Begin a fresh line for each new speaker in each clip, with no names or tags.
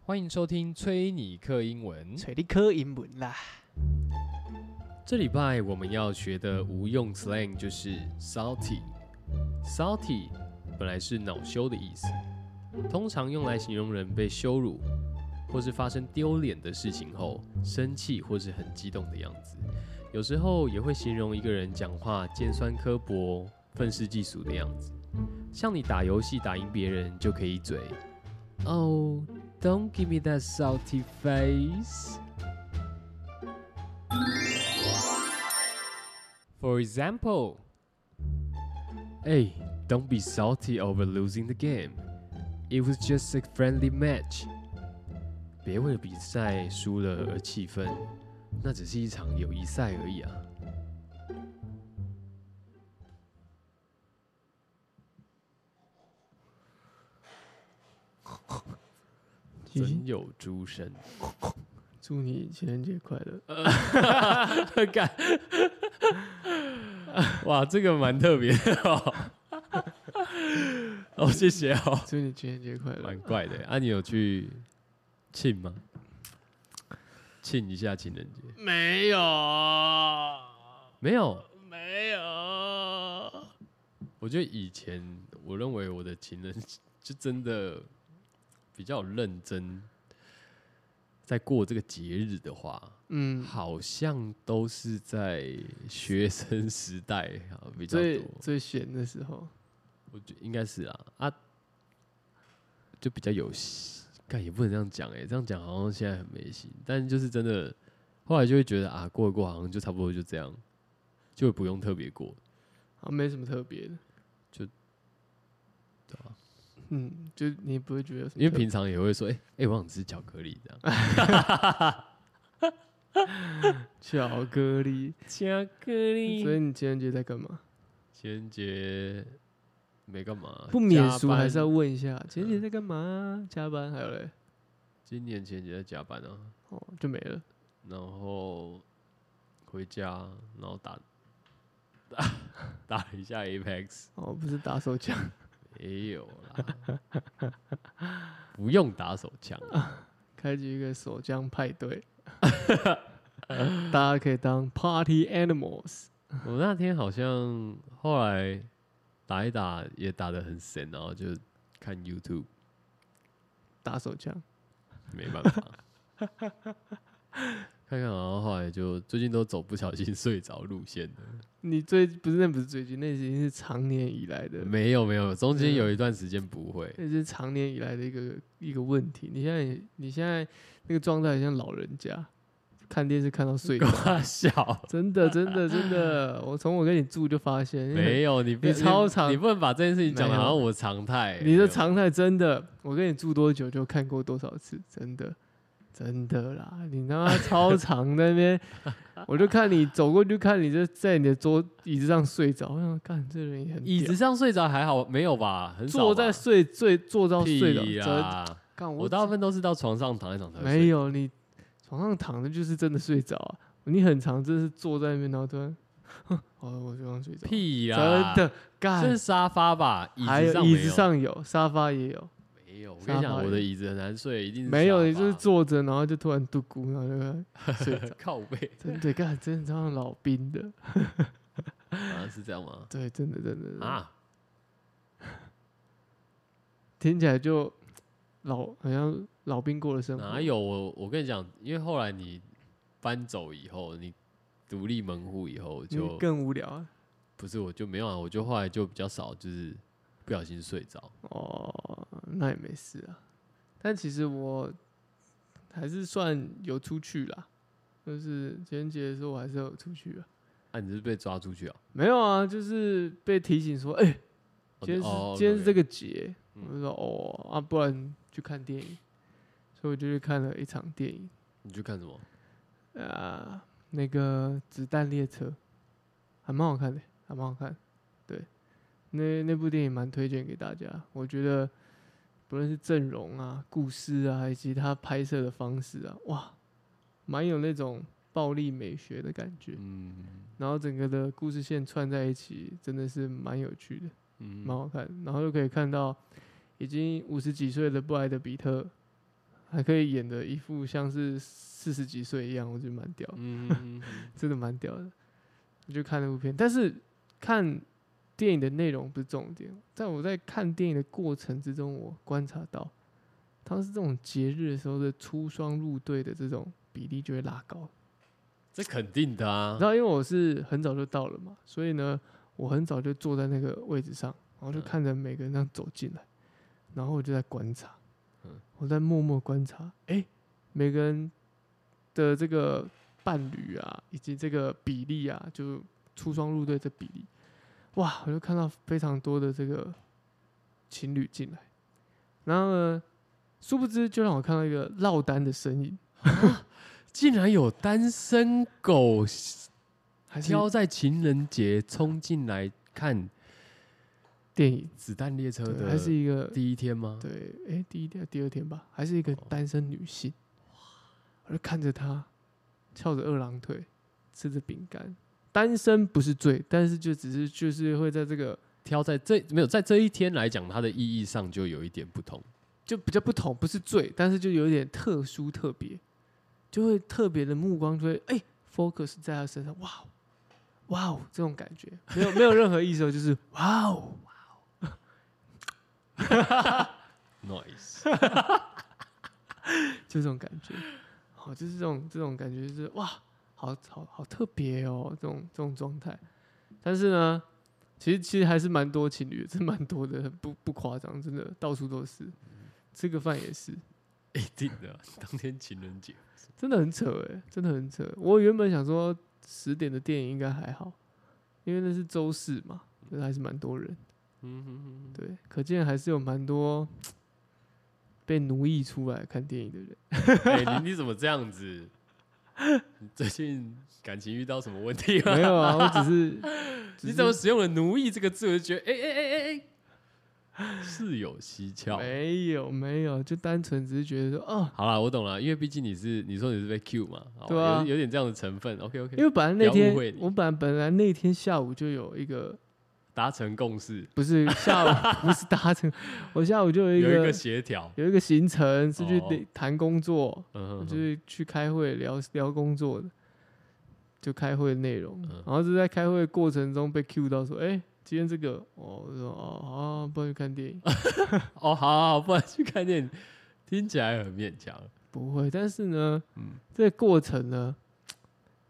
欢迎收听崔尼克英文。
找你考英文啦。
这礼拜我们要学的无用 slang 就是 salty。salty 本来是恼羞的意思，通常用来形容人被羞辱或是发生丢脸的事情后生气或是很激动的样子。有时候也会形容一个人讲话尖酸刻薄、愤世嫉俗的样子。像你打游戏打赢别人就可以嘴，Oh, don't give me that salty face. For example, hey, don't be salty over losing the game. It was just a friendly match. 别为了比赛输了而气愤，那只是一场友谊赛而已啊。
继续
真有诸神，
祝你情人节快乐。
呃干， 哇，这个蛮特别的哦。 哦，谢谢哦。
祝你情人节快乐
蛮。怪的。啊，你有去庆吗？庆一下情人节？哎
没有，
没有。
没有。
我觉得以前我认为我的情人 就真的比较认真，在过这个节日的话，
嗯，
好像都是在学生时代啊比较
最
多。
最闲的时候，
我觉得应该是啦，啊，就比较有戏，但也不能这样讲哎、这样讲好像现在很没戏，但就是真的，后来就会觉得啊，过一过好像就差不多就这样，就不用特别过，
好像没什么特别的。
对吧？
嗯，就你也不会觉得有什么
因为
特
平常也会说，哎、哎、我想吃巧克力这样，
巧克力。
巧克
所以你情人节在干嘛？
情人节没干嘛，
不免
呃加
俗
班嗯
还是要问一下，情人节在干嘛啊？加班还有嘞，
今年情人节在加班啊，
哦，就没了。
然后回家，然后打 打打了一下 Apex。
哦，不是打手枪，
没有啦，不用打手枪，啊
开启一个手枪派对，大家可以当 party animals。
我那天好像后来打一打也打得很神，然后就看 YouTube，
打手枪，
没办法。 看看，然后后来就最近都走不小心睡着路线的，
你最不是那不是最近，那已经是常年以来的，
没有没有，中间
嗯
有一段时间不会，
那是常年以来的一个一个问题。你现在你现在那个状态很像老人家，看电视看到 睡着，
瓜小
真的真的真的，我从我跟你住就发现，因为
没有你不
你 超常
你不能把这件事情讲的
没有
好像我常态，
你的
没有
常态真的，我跟你住多久就看过多少次，真的，真的啦！你他妈超长那 边，我就看你走过去，看你就在你的桌椅子上睡着，我想干这人也很
椅子
屌啊
上睡着还好，没有吧？很少
坐在
吧
睡醉坐到睡着，
屁
真
啦，
干
我
我
大部分都是到床上躺一躺才会
没
睡
有你床上躺着就是真的睡着啊，你很长真的是坐在那边，然后突然， 哦，我就想睡着，
屁
真
啦，
的干
这是，沙发吧？椅
还
子
有
上
椅
没
子
有
上有，沙发也有。
没有？我跟你
沙
讲，
发
我的椅子很难睡，一定是
没有，
沙
你就是
发
坐着，然后就突然嘟咕，然后 就睡着。
靠背
真的，干，真的像老兵的。
啊，是这样吗？
对，真的，真的真的，
啊，
听起来就老，好像老兵过的生活。
哪？有我？我跟你讲，因为后来你搬走以后，你独立门户以后就
更无聊啊！
不是，我就没有啊，我就后来就比较少，就是不小心睡着。
哦，那也没事啊。但其实我还是算有出去啦，就是情人节的时候我还是有出去啊。
啊，你是被抓出去啊？
没有啊，就是被提醒说，哎、
哦
今天是、
哦
今天是这
个
个节，
嗯
我就说哦啊，不然去看电影，所以我就去看了一场电影，
你去看什么？
呃，那个《子弹列车》还蛮好看的，还蛮好看。对，那那部电影蛮推荐给大家，我觉得不论是阵容啊、故事啊，以及它拍摄的方式啊，哇，蛮有那种暴力美学的感觉。
嗯
然后整个的故事线串在一起，真的是蛮有趣的。
嗯
蛮好看。然后又可以看到已经五十几岁的布莱德比特，还可以演的一副像是四十几岁一样，我觉得蛮屌的，
嗯嗯嗯嗯
真的蛮屌的。我就看那部片，但是看电影的内容不是重点，在我在看电影的过程之中，我观察到，当时这种节日的时候的出双入对的这种比例就会拉高。
这肯定的啊
然。后因为我是很早就到了嘛，所以呢，我很早就坐在那个位置上，然后就
嗯
看着每个人这样走进来，然后我就在观察，
嗯
我在默默观察，哎、每个人的这个伴侣啊，以及这个比例啊，就出双入对这比例，哇，我就看到非常多的这个情侣进来，然后呢，殊不知就让我看到一个落单的身影，
竟然有单身狗
还是
挑在情人节冲进来看《
电影，
子弹列车》
对，
的，
还是一个
第一天吗？
对，哎、第一天、第二天吧，还是一个
嗯哦
单身女性，我就看着她翘着二郎腿，吃着饼干。单身不是罪，但是就只是就是会在这个
挑在这没有在这一天来讲，它的意义上就有一点不同。
就比较不同，不是罪，但是就有点特殊特别，就会特别的目光就会哎、focus 在她身上，哇哦哇哦这种感觉，没有没有任何意思哦，就是哇哦
Nice，
就这种感觉，哦，就是这种这种感觉，就是哇，好好好特别哦，这种这种状态。但是呢，其实其实还是蛮多情侣的， 真蛮多的，不不夸张，真的到处都是。吃个饭也是，
一定的啊，当天情人节。
真的很扯哎、真的很扯。我原本想说十点的电影应该还好，因为那是周四嘛，但是还是蛮多人。
嗯哼哼哼
对，可见还是有蛮多被奴役出来看电影的人。
哎，你你怎么这样子？你最近感情遇到什么问题吗？
没有啊，我只是只
你
是
怎么使用了“奴役”这个字，我就觉得，哎哎哎哎哎，事有蹊跷。
没有没有，就单纯只是觉得说，哦，
好啦，我懂了，因为毕竟你是你说你是被 Q 嘛，好
对啊
有有点这样的成分。OK
因
OK，
为本来
不
那
要
天
误会你
我本来本来那天下午就有一个，
达成共识，
不是下午不是达成，我下午就有
有
一
一
个
个协调。
有一个行程是去
哦
得谈工作，
嗯哼
就
哼，
是去开会聊聊工作的，就开会的内容，
嗯
然后就在开会的过程中被 Q 到说，哎、今天这个，哦，我说哦好啊，不然去看电影，
哦，好好，好不然去看电影，听起来很勉强。
不会，但是呢，
嗯
这个过程呢，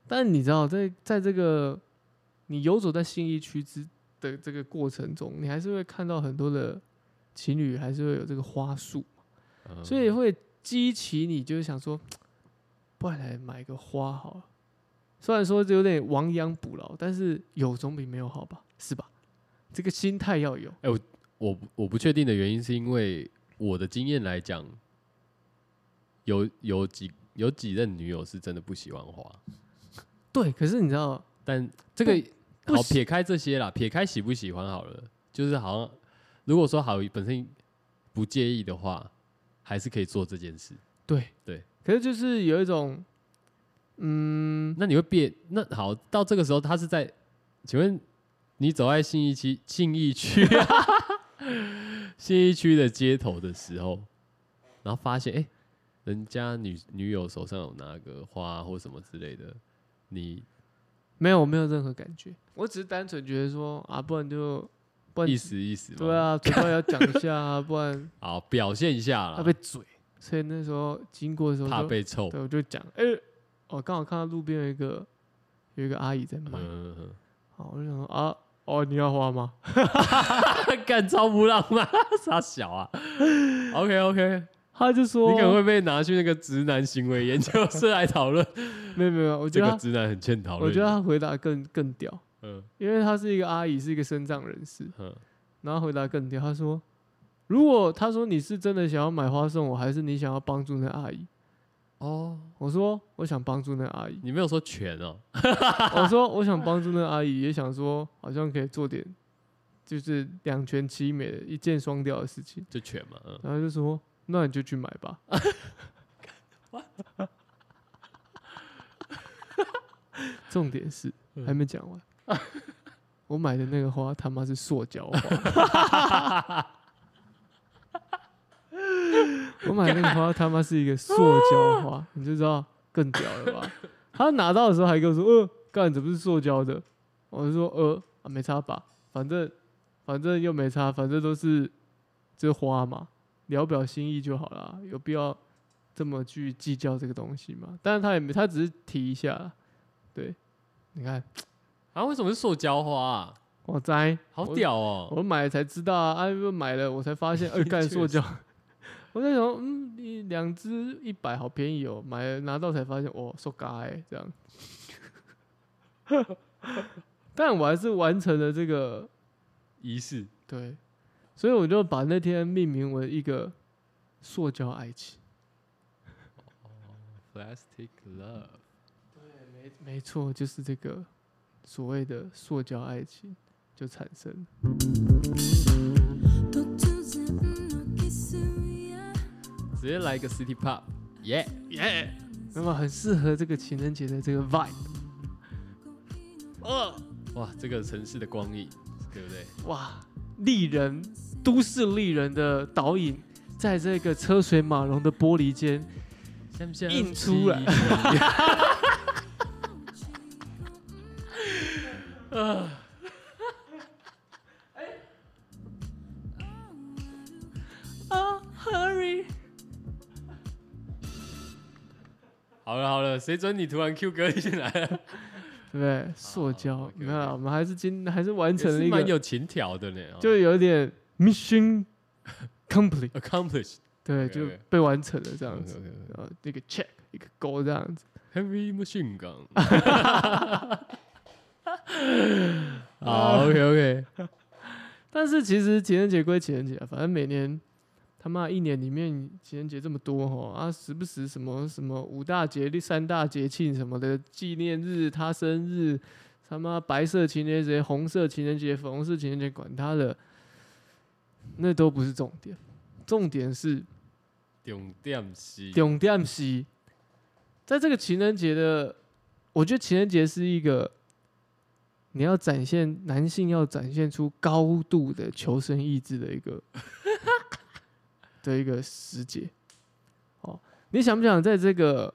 但你知道，在在这个你游走在信义区之的这个过程中，你还是会看到很多的情侣，还是会有这个花束，
嗯
所以会激起你就是想说，不然来买个花好了。虽然说这有点亡羊补牢，但是有总比没有好吧？是吧？这个心态要有。
我不我不确定的原因是因为我的经验来讲，有有几有几任女友是真的不喜欢花，
对，可是你知道，
但这个
不
好
喜
撇开这些啦，撇开喜不喜欢好了，就是好像如果说好本身不介意的话，还是可以做这件事。
对
对，
可是就是有一种，嗯，
那你会变？那好，到这个时候他是在，请问你走在信义区 信义区、啊、信义区的街头的时候，然后发现哎、诶人家女女友手上有拿个花或什么之类的，你
没有，我没有任何感觉，我只是单纯觉得说啊，不然就不然
意思意思嘛，
对，啊，嘴巴也要讲一下啊， 不然
好表现一下
要
啦
被，嘴。所以那时候经过的时候
啊怕
就，
被臭。
对，我就讲，哎、我刚好看到路边有一个有一个阿姨在卖，
嗯，
好，我就想说啊，哦，你要花吗？
干超不浪漫， 傻小啊。OK OK，
她就
你
说，
可能会被拿去那个直男行为研究室来讨论。
没有没有没有，我
这
觉
个
得她
直男很欠讨论。
我觉得她回答更更屌，
嗯
因为她是一个阿姨，是一个身障人士，
嗯，
然后回答更屌，她说，如果她说你是真的想要买花送我，还是你想要帮助那阿姨？
哦，
我说我想帮助那阿 姨，
你没有说全哦，
我说我想帮助那阿姨，也想说好像可以做点就是两全其美的一箭双雕的事情，
就全嘛，嗯，
然后就说那你就去买吧。重点是
嗯
还没讲完，我买的那个花他妈是塑胶花，我买那个花他妈是一个塑胶花，你就知道更屌了吧？他拿到的时候还跟我说：“呃，干，这不是塑胶的。”我就说：“呃，啊、没差吧，反正反正又没差，反正都是这花嘛，聊表心意就好啦，有必要这么去计较这个东西吗？”但是他也没，他只是提一下啦，对，你看，
啊，为什么是塑胶花啊？
我摘，
好
我
屌哦！
我买了才知道啊，啊，又买了我才发现， 二干
确
塑胶。 我在想，嗯，一两只一百，好便宜哦。买了拿到才发现，哦，塑胶哎，这样。 但我还是完成了这个，
仪式
对，所以我就把那天命名为一个塑胶爱情。
，plastic love。
没没错，就是这个所谓的塑胶爱情就产生了。
直接来一个 City Pop，耶、耶！
那么很适合这个情人节的这个 vibe。
哦哇，这个城市的光影，对不对？
哇，丽人，都市丽人的倒影，在这个车水马龙的玻璃间，
像不像
印出来
记忆
啊，Hurry，
好了好了，谁准你突然 Q 歌进来啊了？
对不对？塑胶
，OK，OK
没有啦，我们还是今还是完
哦也
成了
是
一
蛮
个，
有情调的呢，哦
就有点 mission complete，
accomplish
对，就
OK，OK
被完成了这样子，
OK，OK，OK。
然后一个 check，一个勾这样子，
Heavy machine gun。好，OK OK，
但是其实情人节归情人节啊，反正每年他妈一年里面情人节这么多哈啊，时不时什么什么五大节、第三大节庆什么的纪念日、他生日，他妈白色情人节、红色情人节、粉红色情人节，管他的，那都不是重点，重点是
重点是
重点是，在这个情人节的，我觉得情人节是一个你要展现男性要展现出高度的求生意志的一个的一个时节。哦，你想不想在这个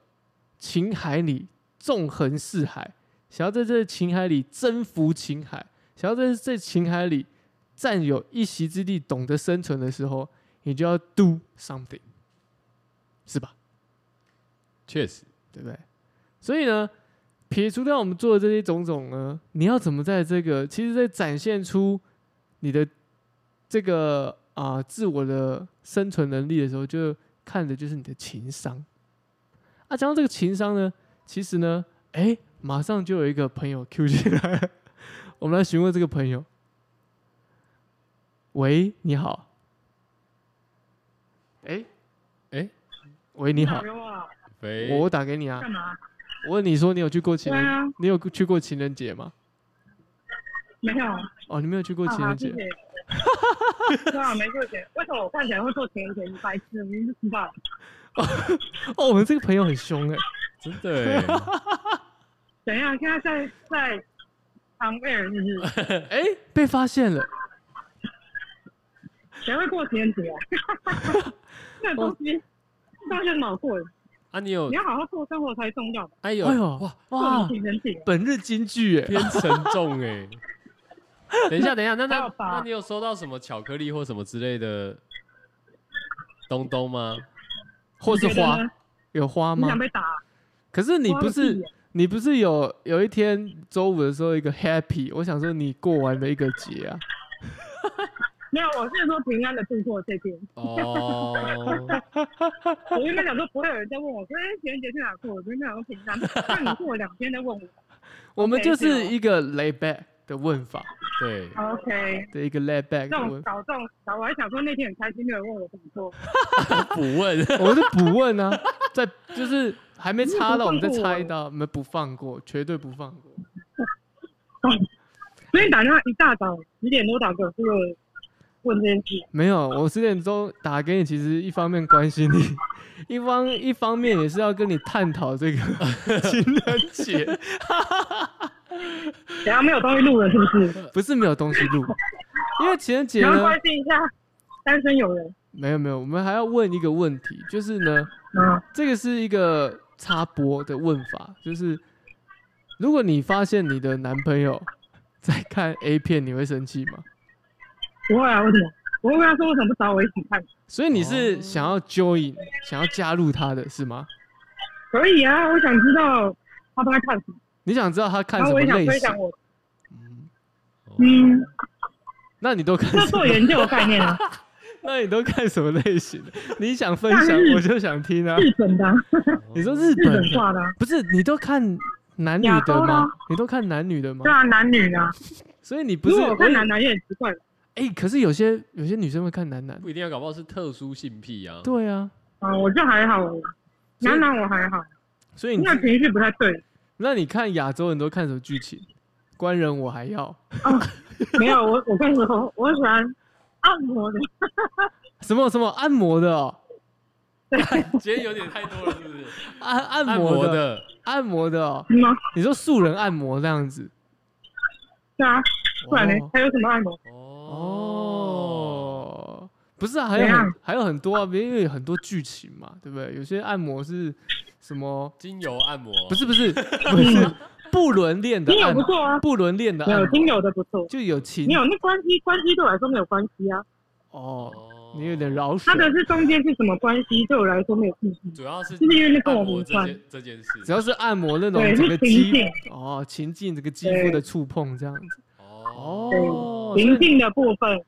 情海里纵横四海？想要在这情海里征服情海，想要在这情海里占有一席之地，懂得生存的时候，你就要 do something，是吧？
确实
对不对？所以呢，撇除掉我们做的这些种种呢，你要怎么在这个，其实，在展现出你的这个啊、自我的生存能力的时候，就看的就是你的情商。啊，讲到这个情商呢，其实呢，哎，马上就有一个朋友 Q 进来了， 我们来询问这个朋友。喂，你好。哎，
诶，
喂，你好
打，给我啊
非
我打给你啊。
干嘛？
我问你说你有去过情
对
人，
啊，
你有去过情人节吗？
没有。
哦，你没有去过
啊，
情
好
人
谢
节，
谢。对啊，没过节。为什么我看起来会做情人节？你白痴，我明明就知道。
哦，我们这个朋友很 凶哎、
真的 欸
等一下，现在在在 on air 是不是？
哎、被发现了，
谁会过情人节啊？这东西，这东西很脑过的。
啊，你有
你要好好过生活才重要吧。
哎呦
哎呦
哇，
过
哇，
情人节，
本日金句哎、
偏沉重哎、 等一下，等一下，那
还有
那
吧
那你有收到什么巧克力或什么之类的东东吗？
或是
你觉得
花
呢，
有花
你
吗
想？被打？
可是你
花
不
个屁
是
呀
你不是有有一天周五的时候一个 happy，我想说你过完了一个节啊，
没有，我是说平安的度过这边。
哦，
我原本想说不会有人在问我，说哎，情人节去哪过？我原本想说平安，但你过两天再问我。
我们
OK，
就是是
哦
一个 lay back 的问法
对，
OK。
的一个 lay back
那
的
种
问法，
搞这种搞，我还想说那天很开心，没有人问我怎么做。
补问，
我们是补问啊，在就是还没
你
插
不
到，我们再
放过
插
我
一刀，我们不放过，绝对不放过。
所以你打电话一大早十点多打给我，是为了问这件事。
没有，我十点钟打给你，其实一方面关心你， 一方一方面也是要跟你探讨这个情人节，
等下没有东西录了，是不是？
不是没有东西录，因为情人节
然后
呢，
关心一下单身友人。
没有没有，我们还要问一个问题，就是呢，
嗯，
这个是一个插播的问法，就是如果你发现你的男朋友在看 A 片，你会生气吗？
不会啊，为什么？我会跟他说为什么不找我一起看？
所以你是想要 join，、想要加入他的是吗？
可以啊，我想知道他都在看什么，
你想知道他看
然
什
后
么
啊我也想
类
分
型
享？我，
嗯
嗯，
那你都看
这
什
做
么？
研究的概念啊，
那你都看什么类型的？你想分
看
享，
日
我就想 听啊。
日本的啊、
你说日
日
本
本
的
化的啊、
不是你都看男女
亚
的
洲
吗
咯？
你都看男女的吗
啊对？啊，男女的啊、
所以你不
如
是
果我看
我也
男男也很奇怪
哎、可是有些有些女生会看男男。
哦不一定要搞不好是特殊性癖啊。
对啊，
啊，我就还好，
所以
男男我还好，
所以你
因为情绪不太对。
那你看亚洲人都看什么剧情？官人我还要
没有，我我跟你说，我喜欢按摩的，
什么什么按摩的哦，
今天有点太多了，是不是？
按 按
按
摩
摩
的
的，
按摩的哦，
嗯吗？
你说素人按摩这样子，
对啊，不然呢
哦？
还有什么按摩？
哦，
哦，不是啊，还有
怎
很
样
还有很多啊，因为有很多剧情嘛，对不对？有些按摩是什么？
精油按摩
不是不 是不是不伦恋的
精油
按
不
摩，
错啊，
不伦恋的
没
按
有
摩
精油的不错。
就有情
没有，那关系关系对我来说没有关系啊，
哦，
哦
你有点饶舌
他，的是中间是什么关系，对我来说没有兴
嗯
趣，
主要是
就是因为那跟
按
我
摩
无
这
关。
件这件事，
只要是按摩那种
对，
整个
是
肌
情境，
哦情境这个肌肤的触碰这样子。
哦
哦，所
情
以
境的部分，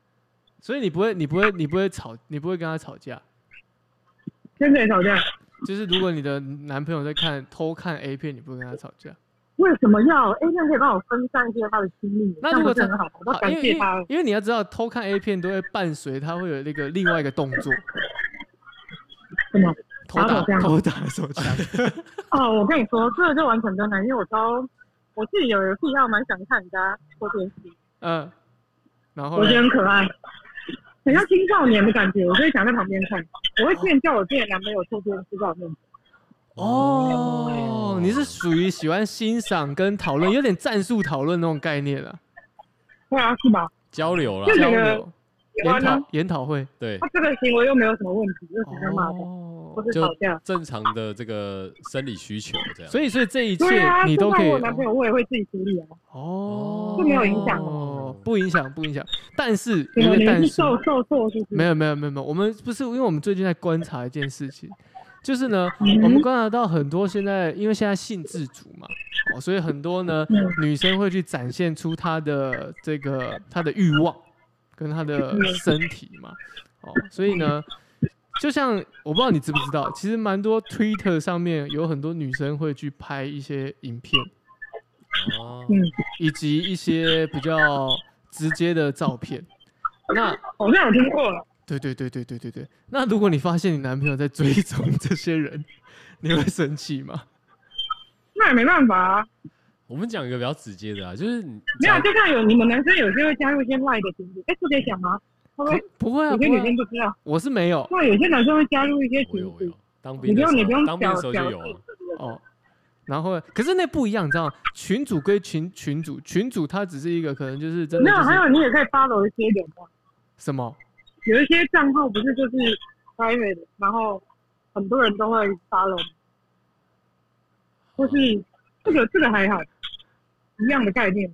所以你不会，你不会，你不会吵，你不会跟他吵架。
跟谁吵架？
就是如果你的男朋友在看偷看 A 片，你不会跟他吵架。
为什么要？哎、那可以帮我分散一些他的精力，
那
这
如
样
果
不是很好吗？我
好
感
因为
谢
因
他
为，因为你要知道，偷看 A 片都会伴随他会有那个另外一个动 作，
什么？
偷
打
打
手枪
偷打手 枪。
哦，我跟你说，这个就完全真的，因为我超，我自己有一癖好，蛮想看人家做这件事情，
嗯，然后
我觉
嘞
得很可爱，很像青少年的感觉，我就会想在旁边看，我会劝叫我自己的男朋友做这件事在我面前。
哦，你是属于喜欢欣赏跟讨论，有点战术讨论那种概念啊，
对啊，是吧？
交流啦
就，是
交
那个
流
喜
研
欢呢
讨，研讨会。
对
他、，这个行为又没有什么问题，就只是骂他，
哦
或，是
就
吵架。
正常的这个生理需求这样。
所以所以这一
对
切
啊，
你
就
都
算
可以。
我男朋友，我也会自己处理啊。
哦，
这没有影响
哦
不影响，不影响。但是
你
有
们
一个
你们
但
是
是，
受受挫是不
没
是？
有没有没有没有，我们不是，因为我们最近在观察一件事情， 就是呢，
嗯
我们观察到很多现在，因为现在性自主嘛，哦，所以很多呢
嗯
女生会去展现出她的这个她的欲望跟她的
嗯
身体嘛，哦，所以呢。就像我不知道你知不知道，其实蛮多 Twitter 上面有很多女生会去拍一些影片，
哦
嗯，
以及一些比较直接的照片。那
好像有听过了，
对对对对对对对，那如果你发现你男朋友在追踪这些人， 你会生气吗？
那也没办法啊。
我们讲一个比较直接的啊，就是你
没有，
讲
就像有你们男生有些会加入一些赖的群组，哎，这可以讲吗？会不会
不不会啊，
有
不
些
会
女
啊
生不知道？
我是没有
那有些男生会加入一些
我
群
有我
组
有，，当
你
兵的
不用你不
时候，
用
当兵
表
的时候就
表
有啊。
哦。然后，可是那不一样，你知道吗？群主归群群主，群主他只是一个可能就是真
没
的
有，
就
还
是
有你也可以 follow 一些人啊嘛，
什么
有一些账号不是就是 private 的，然后很多人都会 follow，嘛或是这个这个还好，一样的概念。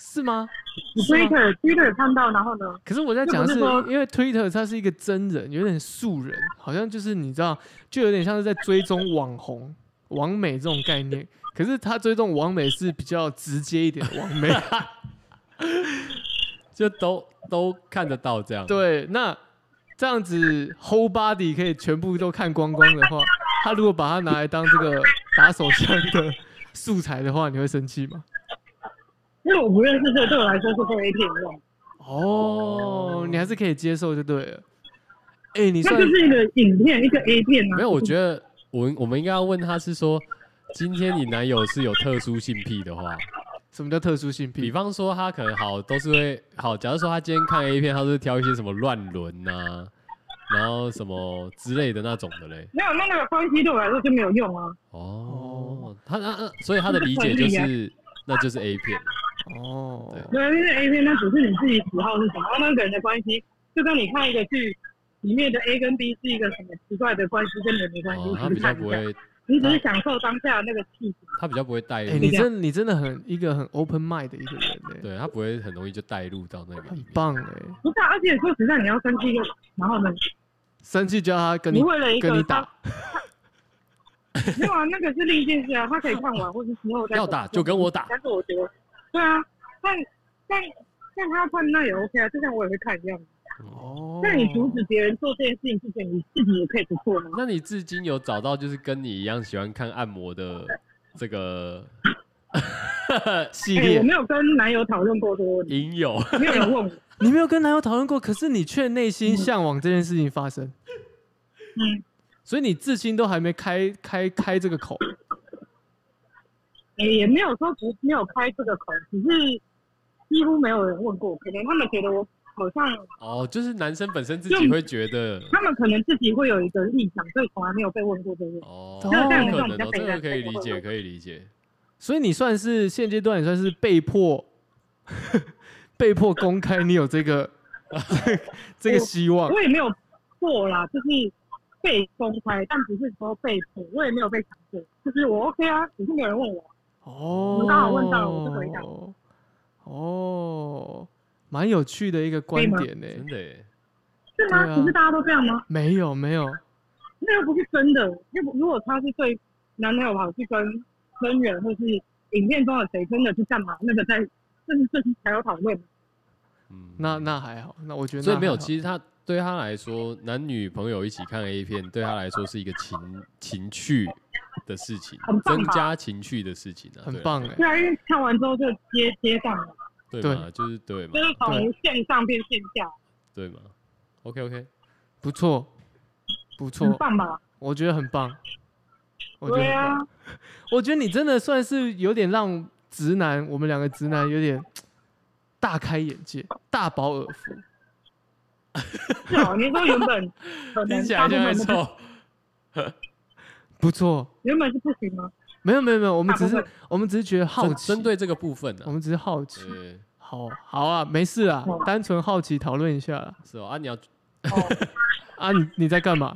是吗？
你
啊
是吗
Twitter Twitter 看到，然后呢？
可是我在
就
讲
不
的
是
是
说，
因为 Twitter 它是一个真人，有点素人，好像就是你知道，就有点像是在追踪网红、网美这种概念。可是他追踪网美是比较直接一点的网美，
就都都看得到这样。，
对。那这样子 whole body 可以全部都看光光的话，他如果把它拿来当这个打手枪的素材的话，你会生气吗？
因为我不认识这个，对我来说是跟 A 片一样，
哦，你还是可以接受就对了。哎、你
那
算
就是一个影片，一个 A 片啊。
啊没有，我觉得我我们应该要问他是说，今天你男友是有特殊性癖的话，
什么叫特殊性癖？
比方说他可能好都是会好，假如说他今天看 A 片，他都是挑一些什么乱伦呐，然后什么之类的那种的嘞。
没有那个关系对我来说就没有用啊。
哦，他他他，所以他的理解就
这是很
啊
是那就是 A 片。
哦，
对
对，那是 A 片，那只是你自己喜好是什么，那跟人的关系就跟你看一个剧，里面的 A 跟 B 是一个什么奇怪的关系，跟你没关系，
哦，他
你
比
只
较
看
不
一下，
会，
你只是享受当下那个气氛。
他比较不会带
哎、
入
你
这，样
真你真的很一个很 open mind 的一个人呢、
对他不会很容易就带入到那个
很
里面。
棒哎、
不是、啊，而且说实在，你要生气就，然后呢，
生气叫他跟
你
你
为了一个
跟你
他
打，
没有啊，那个是另一件事啊，他可以看完，或是之后再
要打就跟我打
但是我觉得，对啊，但但但他看那也 OK 啊，就像我也会看一样。
哦，
那你阻止别人做这件事情之前，你自己也可以不做吗？
那你至今有找到就是跟你一样喜欢看按摩的这个
系
哎
列
我，没有跟男友讨论过这个问题，
影 友？
没有人问 我。
你没有跟男友讨论过，可是你却内心向往这件事情发生，
嗯，
所以你至今都还没开开开这个口，
哎也没有说不没有开这个口，只是几乎没有人问过，可能他们觉得我好像，
哦，就是男生本身自
就
己会觉得
他们可能自己会有一个立场，所以从来没有被问过这个问题。
哦，
哦
有
那
可
这样
能哦
这种，比较
这个
被
可以
人
理
家
解，
会
可以理解。
所以你算是现阶段你算是被迫 被迫公开你有这个 这个希望
我也没有错啦，就是被公开，但不是说被迫，我也没有被强迫，就是我 OK 啊，只是没有人问我。
哦
你刚好问到我就回答
哦，蛮有趣的一个观
可以吗
点呢、
真的耶，
是吗？
对啊
不是大家都这样吗？
没有没有，
那又不是真的。又不如果他是对男朋友跑去跟真人或是影片中的谁真的去干嘛，那个在这是这是才有讨论。
嗯，
那那还好，那我觉得
所以
那
没有，
还好
其实他对他来说，男女朋友一起看 A 片，对他来说是一个情情趣的事情
很，棒吧
增加情趣的事情啊，对
很
啊，
棒哎、
对啊，因为看完之后就接接上了，
对
对
嘛，就是对嘛
就，是从线上变线下，
对嘛，OK OK，
不错不
很
错，
棒吧？
我觉得很棒，我觉得
对
很棒
啊，
我觉得你真的算是有点让直男，我们两个直男有点大开眼界，大饱耳福。
是哦。你说原本可
听
能
起
大
来
部
就很
分都
臭。
不
不错，
原本是不行 吗？
没有没有没有，我们只
大
是
部
我们只是觉得好
针
奇，
针对这个部分呢、
我
啊，
们只是好奇。
对，
好好啊，没事啊
哦，
单纯好奇讨论一下啦。
是哦啊，你要
哦，
啊，你你在干嘛？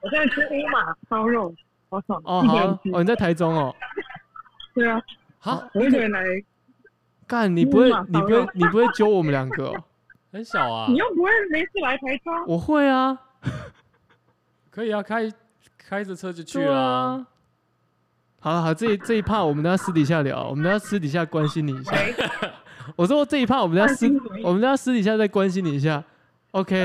我在吃乌马烧肉，好爽
哦，
一
好
个
啊
人吃
哦，你在台中哦。
对啊，
哈，
我一个 人来，
干，你不会
嗯啊
你不
好
会
啊
你不会揪我们两个哦？
很小啊
你，又不会没事来台中，
我会啊，
可以啊，开开着车就去
对
了、
啊。好了好，这一这一趴我们等下私底下聊，我们等下私底下关心你一下。
喂，
我说这一趴我们家私
哎关心你
我们家私底下再关心你一下。OK，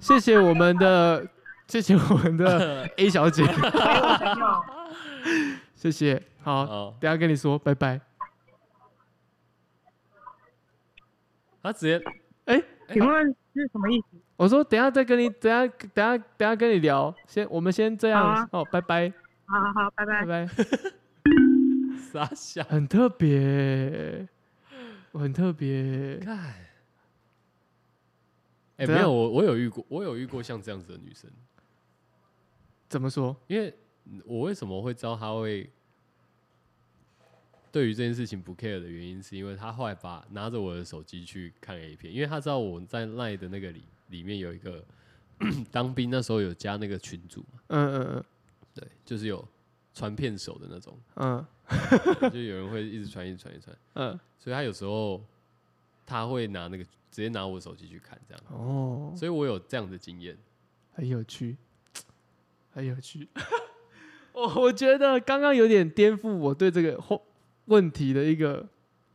谢谢我们的谢谢我们 的 A 小姐，
喂我朋友。
谢谢。好，
哦，
等一下跟你说拜拜。
他直接
哎，
请问是什么意思？
我说等一下再跟你等一下等一下等一下跟你聊，先我们先这
好
样
啊
哦，拜拜
好好好，拜拜
拜。拜，
傻笑，
很特别，很特别。
看，哎、
怎
没
样
有，我我有遇过，我有遇过像这样子的女生，
怎么说？
因为我为什么会知道她会对于这件事情不 care 的原因，是因为她后来把拿着我的手机去看 A 片，因为她知道我在 LINE 的那个里里面有一个 当兵那时候有加那个群组嘛，
嗯嗯
对，就是有传片手的那种，
嗯
对就有人会一直传，一直传，一直传，
嗯
所以她有时候她会拿那个直接拿我手机去看这样，
嗯，哦，
所以我有这样的经验。
很有趣，很有趣。 我我觉得刚刚有点颠覆我对这个后问题的一个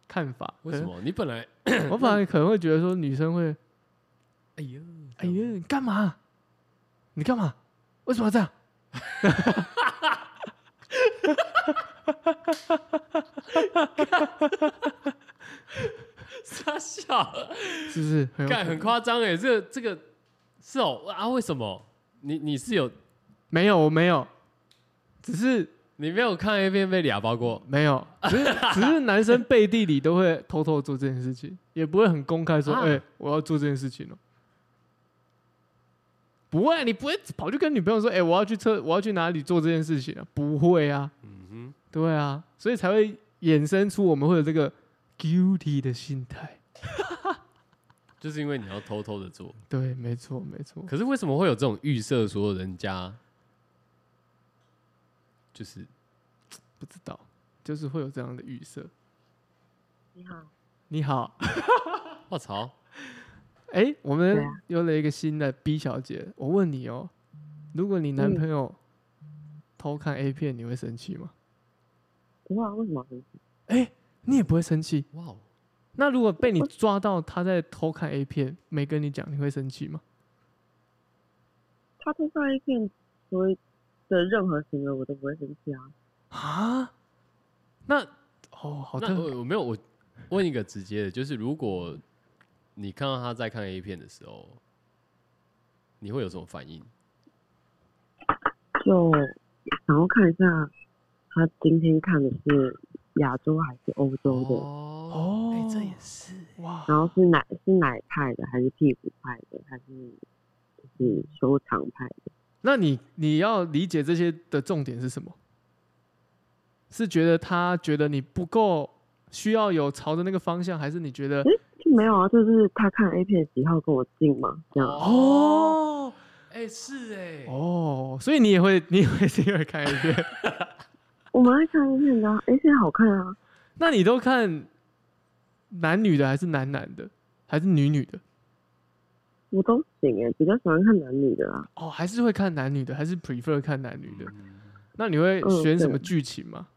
看法。
为什
可
么？嗯你本来
能？我反而可能会觉得说女生会，
哎呦，
哎呀，你干嘛？你干嘛？为什么要这 样？
傻笑，
是不是很有
干很
可能？
夸张哎，这个这个是哦啊？为什么？你你是有
没有，我没有，只是
你没有看 A 片被俩包过？
没有， 只是只是男生背地里都会偷偷做这件事情，也不会很公开说，
啊
哎、我要做这件事情哦、不会，你不会跑去跟女朋友说，哎、我要去车，我要去哪里做这件事情啊？不会啊，
嗯
对啊，所以才会衍生出我们会有这个 guilty 的心态。
就是因为你要偷偷的做。
对，没错，没错。
可是为什么会有这种预设，说人家就是
不知道，就是会有这样的预设。
你好，
你好，
我操，
哎、我们
对啊
有了一个新的 B 小姐，我问你哦、如果你男
嗯
朋友偷看 A 片，你会生气吗？
不会啊，为什么？
哎、你也不会生气。
哇哦，
那如果被你抓到他在偷看 A 片，没跟你讲，你会生气吗？
他对上一片所谓的任何行为，我都不会生气啊。
啊？那哦，好
那
特别
我我没有我问一个直接的，就是如果你看到他在看 A 片的时候，你会有什么反应？
就想要看一下他今天看的是亚洲还是欧洲
哦
的，
哦哎、这也是
哇！
然后是奶是奶派的还是屁股派的，还是就是修长派的？
那你你要理解这些的重点是什么？是觉得他觉得你不够需要有朝着那个方向，还是你觉得
诶就没有啊，就是他看 A 片的喜好跟我近嘛，这样啊。
哦
哎、是哎、
哦？所以你也会你也会是因为看 A 片？
我蛮爱看 A 片的、啊、，A 片好看啊，
那你都看男女的还是男男的还是女女的？
我都行诶、比较喜欢看男女的啊。
哦，还是会看男女的，还是 prefer 看男女的？
嗯
那你会
嗯
选什
对
么剧情吗？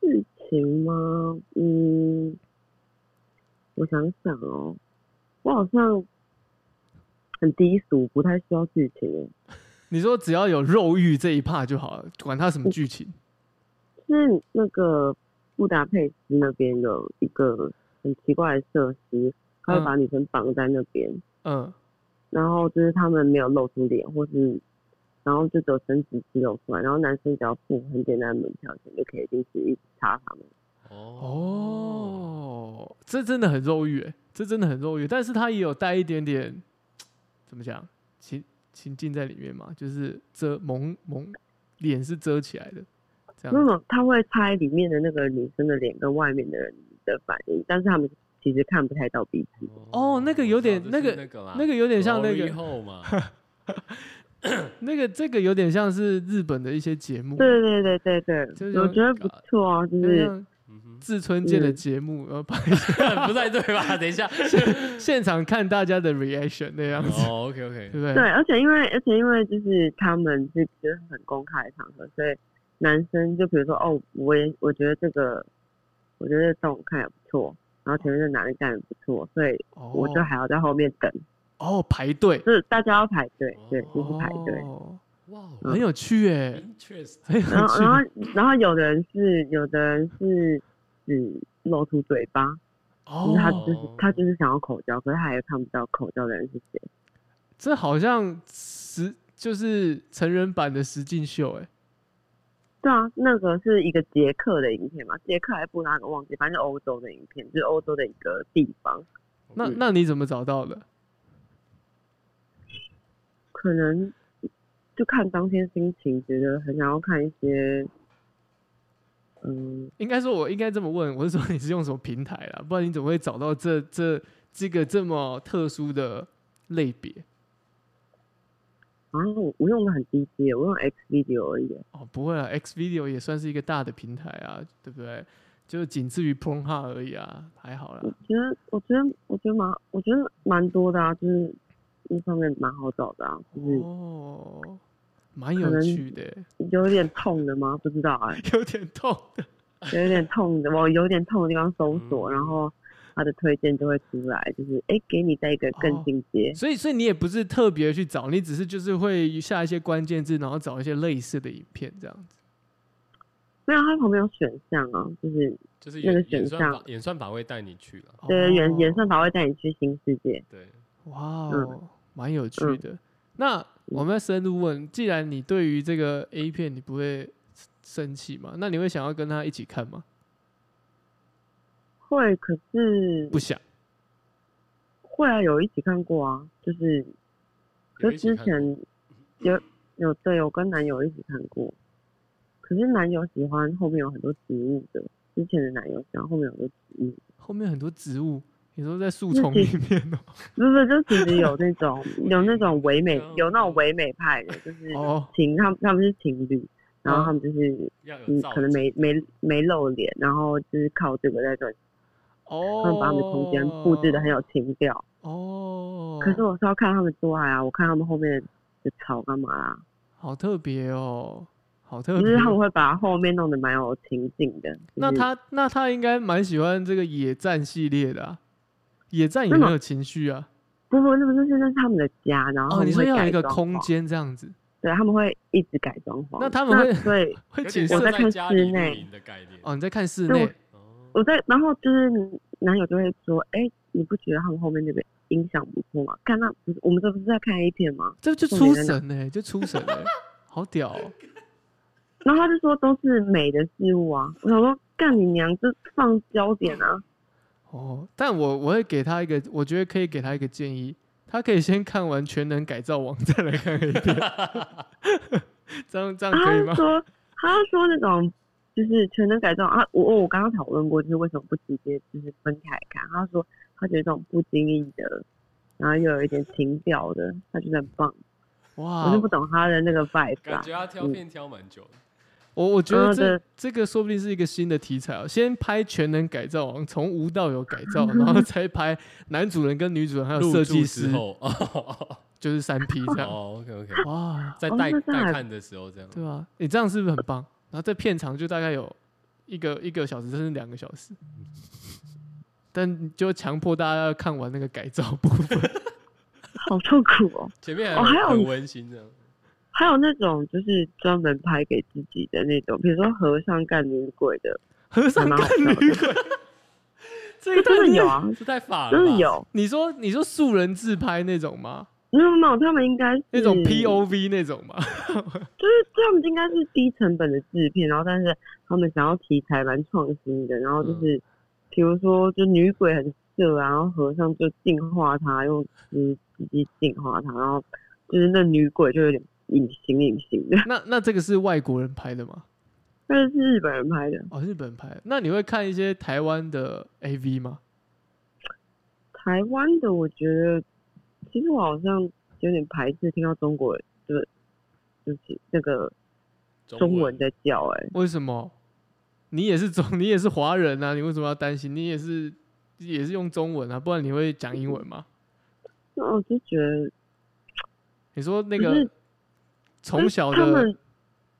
剧情吗？嗯，我想想哦，我好像很低俗，不太需要剧情欸耶。
你说只要有肉欲这一趴就好了，管它什么剧情。
是那个布达佩斯那边有一个很奇怪的设施，他会把女生绑在那边，
嗯，
然后就是他们没有露出脸，或是然后就只有生殖肌露出来，然后男生只要付很简单的门票钱就可以进去一直插他们。
哦
哦，这真的很肉欲、欸，这真的很肉欲，但是它也有带一点点怎么讲情情境在里面嘛，就是遮蒙蒙脸是遮起来的，这
那
样
种他会猜里面的那个女生的脸跟外面的人的反应，但是他们其实看不太到彼此。
哦那个有点
我知
那
道就
个
是那个啦
那个有点像那个
Glory 啊 Hole 嘛，
那个这个有点像是日本的一些节目，
对对对对
就是
对，
说
我觉得不错啊，就
有点
是
像
嗯哼
志村健的节目，然后把
不太对吧？等一下，
现场看大家的 reaction 那样子，
哦，OK OK，
对不对？
对，而且因为而且因为就是他们是就是很公开的场合，所以男生就比如说哦，我也我觉得这个我觉得这种看也不错，然后前面这男的看也不错，所以我就
哦
还要在后面等，
哦，排队，
就是大家要排队，对，就是排队。嗯
哦，
哇哦
很有趣哎、
，interest，
很有趣。
然后，然后，然后有的人是，有的人是只露出嘴巴，就是他
哦，
就是他就是想要口交，可是他也看不到口交的人是谁。
这好像实就是成人版的实境秀哎、
对啊，那个是一个捷克的影片嘛，捷克还是布拉格忘记，反正是欧洲的影片，就是欧洲的一个地方，
那
嗯
那你怎么找到的？
可能就看当天心情，觉得很想要看一些，嗯，
应该说，我应该这么问，我 是说你是用什么平台啦？不然你怎么会找到这这这个这么特殊的类别？
然后我用的很低阶，我用 X video 而已。
哦，不会啦，Xvideo 也算是一个大的平台啊，对不对？就仅次于 Pornhub 而已啊，还好啦
我。觉得，我觉得，我觉得蛮，我觉得蛮多的啊，就是那上面蛮好找的啊，就是
哦，蛮
可
有
能
趣的欸，
有点痛的吗？不知道哎、
有点痛的。
有点痛的，往有点痛的地方搜索，
嗯
然后它的推荐就会出来，就是哎、诶给你在一个
哦
更进阶。
所以，所以你也不是特别去找，你只是就是会下一些关键字，然后找一些类似的影片这样子。
没有，它旁边有选项啊，就是
就是
那个
演演
选
算
项
法，演算法会带你去了，
对演演
上
嗯算法会带你去新世界。
对，
哦哇哦，蛮有趣的。
嗯
那我们要深入问，既然你对于这个 A 片你不会生气嘛，那你会想要跟他一起看吗？
会，可是
不想
会啊，有一起看过啊，就是
有
就
一起
之
看
前有有对有跟男友一起看过，可是男友喜欢后面有很多植物的，之前的男友喜欢后面有很多植物，
后面很多植物，你说在树 丛里面哦、
不是，就其实有那种有那种唯美，
嗯
有那种唯美派的，就是
哦，
情，他们他们是情侣，然后
嗯
他们就是
要有
嗯，
造
可能
景
没没没露脸，然后就是靠这个在赚钱，
哦，
他们把他们的空
哦
间布置的很有情调。
哦，
可是我是要看他们做爱啊，我看他们后面的吵干嘛啊？
好特别哦，好特
嗯
就
别
是他们
哦。
会把后面弄得蛮有情境的。
那
就是
他那他应该蛮喜欢这个野战系列的、啊，野战也
那
很
么
有情绪啊。
不不，那不是那是他们的家，然后
哦，
他
你
们
说
会
要有
改
一个
装
空
潢，
间这样子，
对，他们会一直改装潢。
那他们会
所以
会
有
景
点
我
像
色
在
在
看
家
室
里露
内
营的概念。
哦，你在看室
对我
内
哦
我在，然后就是你男友就会说，哎、你不觉得他们后面那个音响不错吗？看那不是我们这不是在看 A 片吗？
这就
重
出
点在哪
神呢、就出神呢、好屌、哦！
然后他就说都是美的事物啊。我想说，干你娘，就放焦点 啊！
哦，但我我会给他一个，我觉得可以给他一个建议，他可以先看完《全能改造王》再来看 A 片， 这样这样可以吗？
啊他说他说那种就是全能改造啊，我我刚刚讨论过，就是为什么不直接就是分开看？他说他觉得这种不经意的，然后又有一点情调的，他觉得很棒。我
哇
就，不懂他的那个 vibe
感
啊
觉。他挑
嗯
片挑蛮久的，
我我觉得
呃
这
对
这个说不定是一个新的题材哦，先拍《全能改造王》，从无到有改 造，然后再拍男主人跟女主人还有
入
设
住
计
之
师，
后哦
就是三 P 这样。
，OK OK，
哇，
在
哦
带
那这
带
还
看的时候这样，
对啊，你这样是不是很棒？然后在片场就大概有一个一个小时，甚至两个小时，但就强迫大家要看完那个改造部分。
好痛苦哦。
前面
哦还有
很温馨这样。
还有那种就是专门拍给自己的那种，比如说和尚干女鬼的，
和尚
还蛮好
干女鬼， 这一
这
段
真的
是
有。啊，
是太法了，
真的。有。
你说你说素人自拍那种吗？
没有没有，他们应该是
那种 POV 那种吗？
就是他们应该是低成本的制片，然后但是他们想要题材蛮创新的，然后就是、比如说就女鬼很色啊，然后和尚就净化她，用就是自己净化她，然后就是那女鬼就有点隐形隐形的，
那那这个是外国人拍的吗？
但是日本人拍的，
哦，日本拍的。那你会看一些台湾的 AV 吗？
台湾的我觉得其实我好像有点排斥听到中国人就是就是那个中文在叫哎、
为什么？你也是中，你 也是华人啊，你为什么要担心？你也是也是用中文啊，不然你会讲英文吗？
那我就觉得
你说那
不
个
是
从小
嗯他
的
们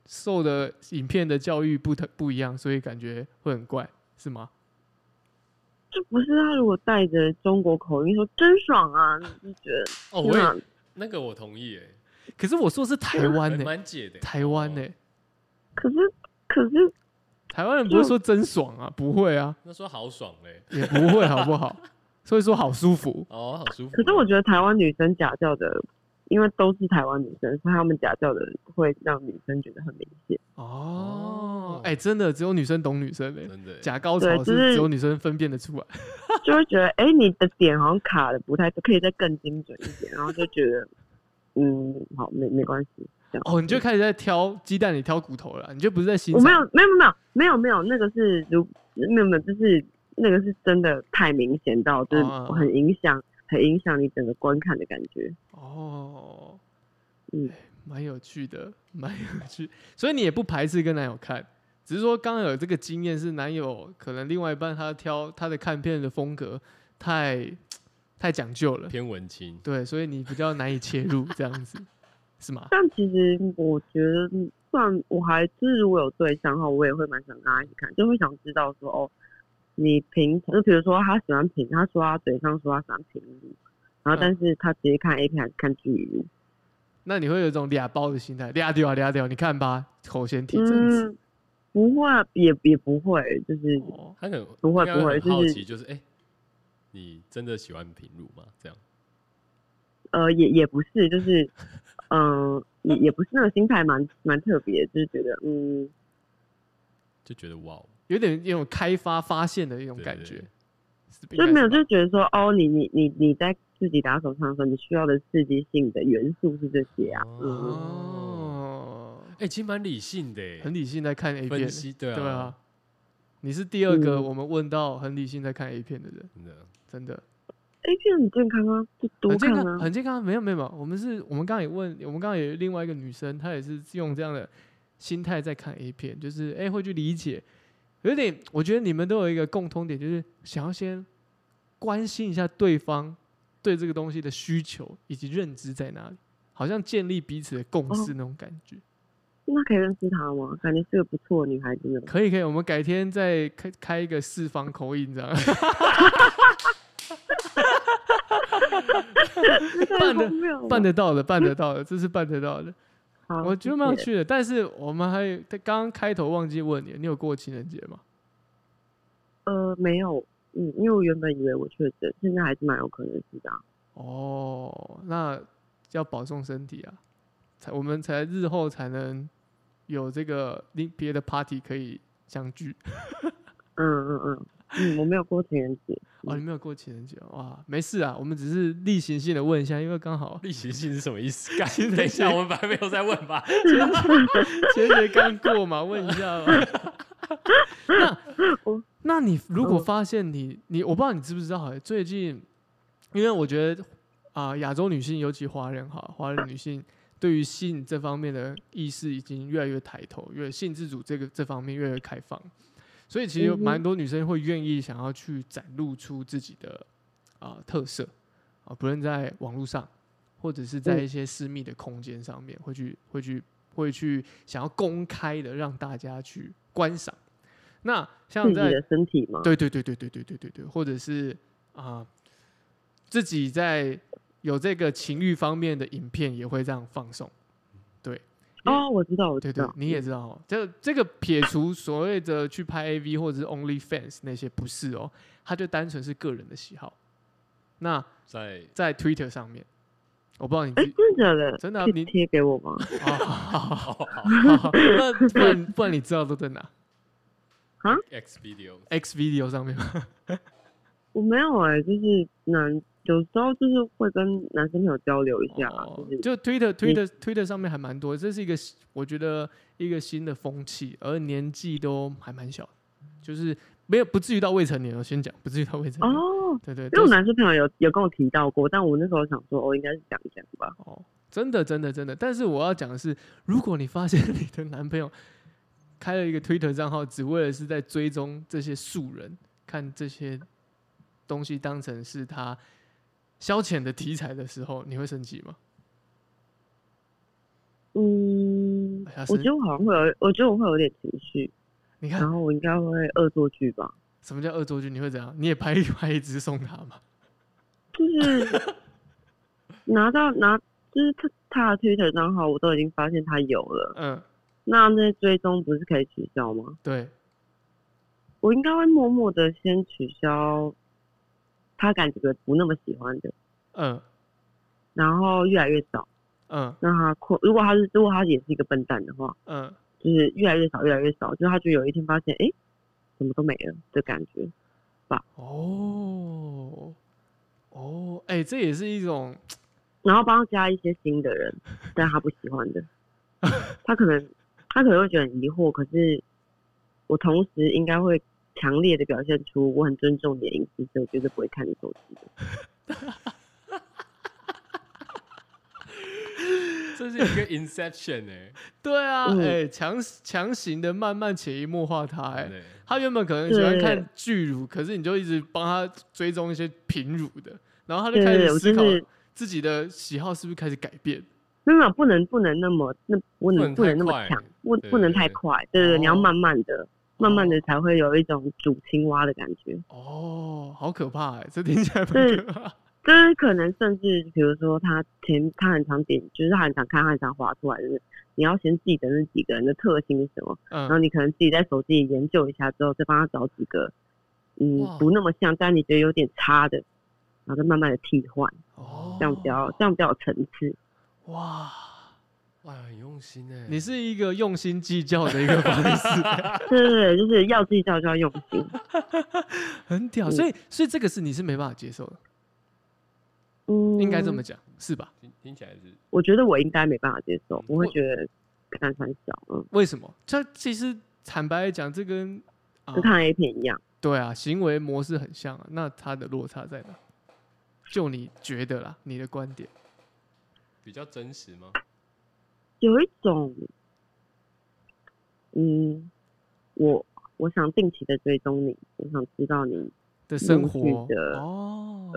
受的影片的教育不同不一样，所以感觉会很怪，是吗？
就不是他如果带着中国口音说真爽啊，你就觉得
哦，
天
我
哪
也那个我同意诶，
可是我说是台湾
蛮
呢、
蛮解的。
台湾呢、
哦，
可是可是
台湾人不会说真爽啊，不会啊，
那说好爽嘞，
也不会好不好？所以说好舒服
哦，好舒服。
可是我觉得台湾女生假叫的，因为都是台湾女生，所以他们假叫的会让女生觉得很明显。
哦
哦。
哎、真的只有女生懂女生嘞、欸
真的耶
假高潮
对就是是
只有女生分辨得出来。
就会觉得，哎、你的点好像卡的不太，可以再更精准一点，然后就觉得，嗯，好，没没关系，这样。
哦，你就开始在挑鸡蛋里挑骨头了啦，你就不是在欣
嗯我
赏。
没有，没有，没有，没有，没有，那个是如没有没有，就是那个是真的太明显到，就是
哦哦哦
很影响，很影响你整个观看的感觉。
哦，
嗯，
蛮有趣的， 蛮有趣。所以你也不排斥跟男友看，只是说刚刚有这个经验是男友可能另外一半他挑他的看片的风格太太讲究了，
欸偏文青，
对，所以你比较难以切入这样子， 是吗？
但其实嗯我觉得，算我还就是如果有对象的话，我也会蛮想跟他一起看，就会想知道说哦，你平常就比如说他喜欢平，他说他嘴上说他喜欢平乳，
嗯
然后但是他直接看 A 片还是看巨乳，
那你会有一种俩包的心态，俩掉啊俩掉，你看吧，口嫌体正直。
嗯，不会啊也也不会，就是
哦，
他可能
不会
应该
不会
很好
就是
奇，就是哎，你真的喜欢平乳吗？这样
呃也也不是，就是嗯、呃也也不是那个心态蛮蛮特别，就是觉得嗯
就觉得哇哦，
有点有种开发发现的一种
对
感
对
觉，是不
就没有
应该吧
就是是觉得说哦你你你你在自己打手枪的时候，你需要的刺激性的元素是这些啊，嗯。
哦，
哦，
哎，其实蛮理性的耶，
很理性在看 A 片
分
的，
析，对啊
对啊，你是第二个
嗯
我们问到很理性在看 A 片的人，
真的。
真的。
A 片很健康啊，就多
很健
看
康，
啊。
很健康，没有没有没有，我们是我们刚刚也问，我们刚刚也有另外一个女生，她也是用这样的心态在看 A 片，就是哎、会去理解，有点我觉得你们都有一个共通点，就是想要先关心一下对方对这个东西的需求以及认知在哪里，好像建立彼此的共
哦
识那种感觉。
那可以认识她吗？感觉是个不错的女孩 子呢。
可以可以，我们改天再开开一个四方口音， 这样办
啊
得
的
办得到的，办得到的，这是办得到的。
哦好，
我觉得
谢
蛮有
谢
趣的，但是我们还有在刚刚开头忘记问你，你有过情人节吗？
呃，没有，嗯，因为我原本以为我确诊，现在还是蛮有可能是的啊。
哦，那要保重身体啊，才我们才日后才能有这个另别的 party 可以相聚。
嗯嗯嗯嗯，我没有过情人节。
哦，你没有过情人节哇？没事啊，我们只是例行性的问一下，因为刚好
例行性是什么意 思？感等一下，我们本来没有在问吧？
情人节刚过嘛，问一下嘛。那
我
那你如果
嗯
发现你你，我不知道你知不知道、欸，最近因为我觉得啊，亚、洲女性，尤其华人哈，华人女性对于性这方面的意识已经越来越抬头，越性自主这个这方面越来越开放，所以其实有
嗯哼
蛮多女生会愿意想要去展露出自己的啊、特色啊，不论在网络上，或者是在
嗯
一些私密的空间上面，会去会去会去想要公开的让大家去观赏。那
自
像
己
在
的身体吗？
对对对对对对对对对，或者是啊、自己在有这个情欲方面的影片也会这样放送。
哦，我知道，我
对
知
对
道，，
你也知道哦，这这个撇除所谓的去拍 AV 或者是 OnlyFans 那些不是哦，它就单纯是个人的喜好。那
在
在 Twitter 上面，我不知道你
哎，
知
真的假的？
真的啊
可以
你
贴给 我吗？
哦好好好好好，那哦不然 不然你知道都在哪
X Video
？X Video 上面吗？
我没有哎，就是男有时候就是会跟男生朋友交流一下啊，
哦
就是
就 Twitter Twitter Twitter 上面还蛮多，这是一个我觉得一个新的风气，而年纪都还蛮小，就是没有不至于到未成年。我先讲，不至于到未成年。
哦。
对对，
因为
都
我
是
男生朋友有有跟我提到过，但我那时候想说，哦，应该是讲一讲吧。
哦，真的真的真的。但是我要讲的是，如果你发现你的男朋友开了一个 Twitter 账号，只为了是在追踪这些素人，看这些东西当成是他消遣的题材的时候，你会生气吗？
嗯
哎呀，
我
是
觉得我好像会有，我觉得我会有点情 绪，
你看
然后我应该会恶作剧吧。
什么叫恶作剧？你会怎样？你也拍一拍一只送他吗？
就是 拿到拿，就是他他的 Twitter 账号，我都已经发现他有了。
嗯，
那那些追踪不是可以取消吗？
对，
我应该会默默的先取消他感觉不那么喜欢的，
嗯
然后越来越少，
嗯
让他扩。如果他是如果他也是一个笨蛋的话，
嗯，
就是越来越少，越来越少，就是他就有一天发现，哎、怎么都没了的感觉。
哦哦，哎、这也是一种
然后帮他加一些新的人，但他不喜欢的，他可能他可能会觉得很疑惑，可是我同时应该会强烈的表现出我很尊重你的隐私，所以我绝对不会看你手机的。
这是一个 Inception 哎、
对啊，哎、
嗯
强强行的慢慢潜移默化他、哎，
对，
他原本可能喜欢
对
看巨乳，可是你就一直帮他追踪一些平乳的，然后他就
对
开
对，
始
我
思
就
考
是
自己的喜好是不是开始改变。
没有没有不能不能那么那不能
不
不
能太
能那
快
么强，不
对
不能
对
太
对
快，对对，对你要
哦
慢慢的。慢慢的
哦
才会有一种煮青蛙的感觉，
哦，好可怕、哎，这听起来蛮
对
可怕。
就是可能甚至比如说他前他很常点，就是他很常看，他很常滑出来，就是你要先记得那几个人的特性是什么，然后
嗯，
你可能自己在手机里研究一下之后，再帮他找几个，嗯
哇，
不那么像，但你觉得有点差的，然后再慢慢的替换，
哦
这样比较、这样比较有层次。
哇，
哇，很用心哎、
你是一个用心计较的一个方式，
对对对，就是要计较就要用 心。
很屌。
嗯
所以，所以这个是你是没办法接受的，
嗯，
应该这么。讲，是吧？
听听起来是
我觉得我应该没办法接受，我会
我
觉得感很小，嗯，
为什么？这其实坦白来讲，这跟啊
就看 A 片一样。
对啊，行为模式很像啊，那它的落差在哪？就你觉得啦，你的观点，
比较真实吗？
有一种，嗯，我我想定期的追踪你，我想知道你
的生
陆续
活
的
哦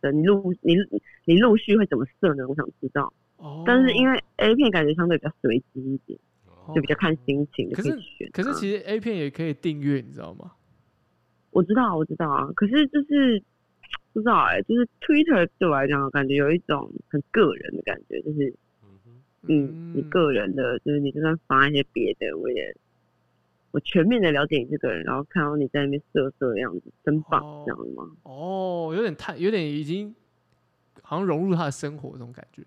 的你陆你你陆续会怎么设呢？我想知道。
哦，
但是因
为
为 A 片感觉相对比较随机一点，
哦
就比较看心情
可
就可
是
以选啊、
可是其实 A 片也可以订阅，你知道吗？
我知道我知道啊，可是就是不知道哎、就是 Twitter 对我来讲，我感觉有一种很个人的感觉，就是
嗯哼
嗯，你个人的，就是你就算发一些别的，我也我全面的了解你这个人，然后看到你在那边瑟瑟的样子，真棒，
哦
这样子吗？
哦，有点太有点已经好像融入他的生活这种感觉。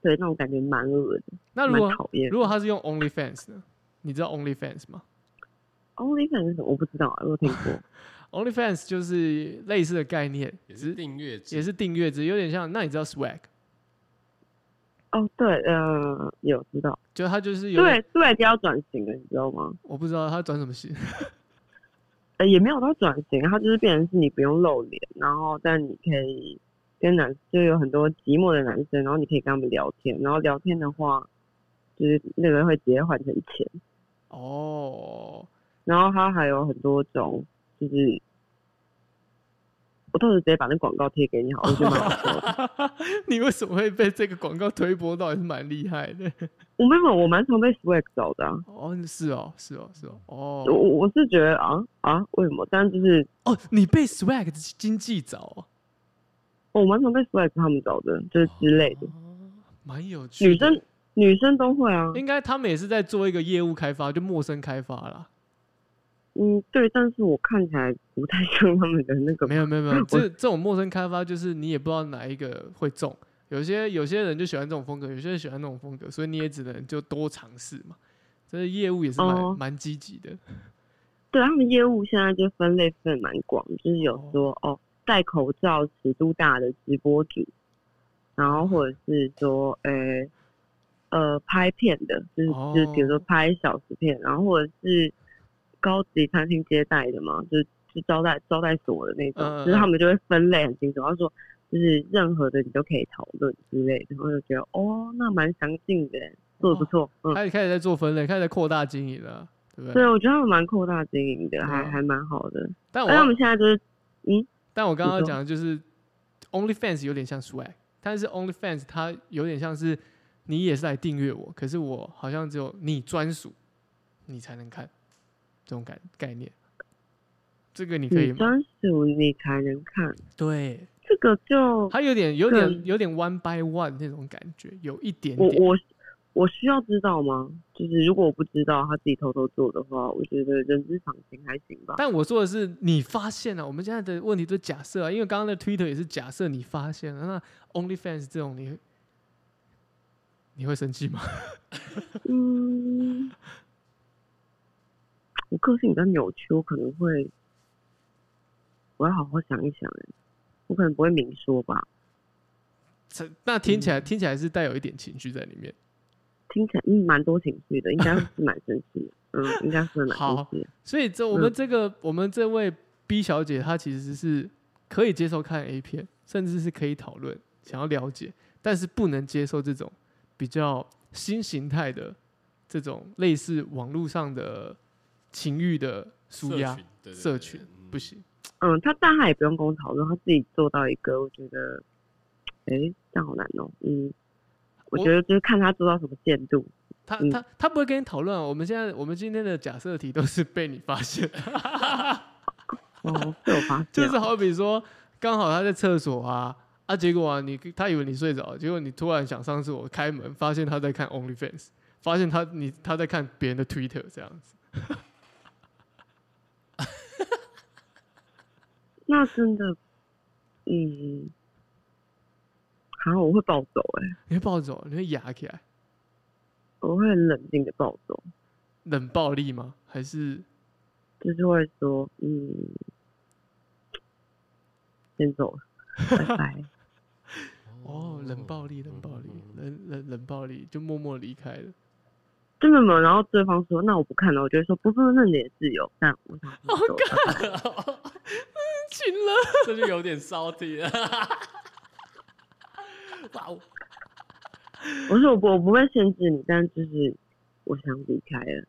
对，那种感觉蛮恶的，
那如
蛮
果
讨厌的。
如果他是用 OnlyFans 呢？你知道 OnlyFans 吗
OnlyFans 是什么？我不知道啊，我有听 过。
？OnlyFans 就是类似的概念，
也
只
是订阅制，
也是订阅制，有点像。那你知道 Swag？
哦，对，呃，有知道。
就他就是有点，
对，对，就要转型了，你知道吗？
我不知道他转什么型，
呃，也没有到转型，它就是变成是你不用露脸，然后但你可以跟男，就有很多寂寞的男生，然后你可以跟他们聊天，然后聊天的话，就是那个会直接换成钱。
哦，
然后它还有很多种，就是我到时候直接把那广告贴给你好了，我觉得蛮好笑 的。
你为什么会被这个广告推波到？也是蛮厉害的。
我没有，我蛮常被 swag 找的、啊。
哦，是哦，是哦，是哦，
我
哦
我我是觉得啊啊，为什么？但就是
哦，你被 Swag 的经济找、哦，
哦我蛮常被 swag 他们找的，就是之类的。
哦，蛮有趣的。
女生女生都会啊，
应该他们也是在做一个业务开发，就陌生开发啦。
嗯，对。但是我看起来不太像他们的那个
没有没有没 有，这这种陌生开发就是你也不知道哪一个会中，有些有些人就喜欢这种风格，有些人喜欢那种风格，所以你也只能就多尝试嘛。这业务也是
哦嗯
蛮蛮积极的。
对他们业务现在就分类分得蛮广，就是有说哦戴口罩尺度大的直播主，然后或者是说呃呃拍片的，就是、就是比如说
哦
拍小时片，然后或者是高级餐厅接待的嘛，就是就招待招待所的那种，
嗯嗯
就是
嗯
他们就会分类很清楚，他说就是任何的你都可以讨论之类的，然后就觉得哦那蛮详尽的，做的不
哦
错，嗯。
开始开始在做分类，开始在扩大经营了，啊对不对？
对，啊我觉得他们蛮扩大经营的，还
啊
还蛮好的。
但我
而他哎们现在就是嗯
但我刚
你
刚
说
讲的就是 OnlyFans 有点像 Swag，但是 OnlyFans 它有点像是你也是来订阅我，可是我好像只有你专属，你才能看这种概概念。这个你可以
你
吗？
专属你才能看，
对，
这个就
它有点有
更
点有点 one by one 那种感觉，有一点
嗯我
点。
我我需要知道吗？就是如果我不知道他自己偷偷做的话，我觉得人之常情还行吧。
但我说的是，你发现啊了、我们现在的问题都是假设啊，因为刚刚的 Twitter 也是假设你发现了、那 OnlyFans 这种你会你会生气吗？
嗯，我个性比较扭曲，我可能会，我要好好想一想。欸我可能不会明说吧，
这那听
嗯
起来、听起来是带有一点情绪在里面。
听起来嗯蛮多情绪的，应该是蛮生气的，嗯，应该是蛮生
好
气的。
所以这我们这个、我们这位 B 小姐，她其实是可以接受看 A 片，甚至是可以讨论，想要了解，但是不能接受这种比较新形态的这种类似网络上的情欲的舒压
社群对对对
社群，
嗯
不行。
嗯，他但他也不用跟我讨论，他自己做到一个，我觉得，哎、这样好难哦、嗯，
我
我觉得就是看他做到什么限度。
她
嗯
她她不会跟你讨论啊。我们现在我们今天的假设题都是被你发现。
哦，被我发现
就
了，
是好比说，刚好他在厕所啊啊，结果啊，你他以为你睡着，结果你突然想上厕所，开门发现他在看 OnlyFans，发现他你他在看别人的 Twitter 这样子，
那真的，嗯，好、我会暴走哎、
你会暴走，你会压起来，
我会很冷静的暴走，
冷暴力吗？还是
就是会说，嗯，先走了，拜拜。
哦
哦
嗯
哦冷暴力冷暴力冷冷冷暴力就默默离开了？
就没有没有，然后对方说那我不看了，我就会说不不，那你的自由，但我想自己走吧
亲了，
嗯 这就有点骚体了。哇哦，
我说我不我不会限制你，但就是我想离开了，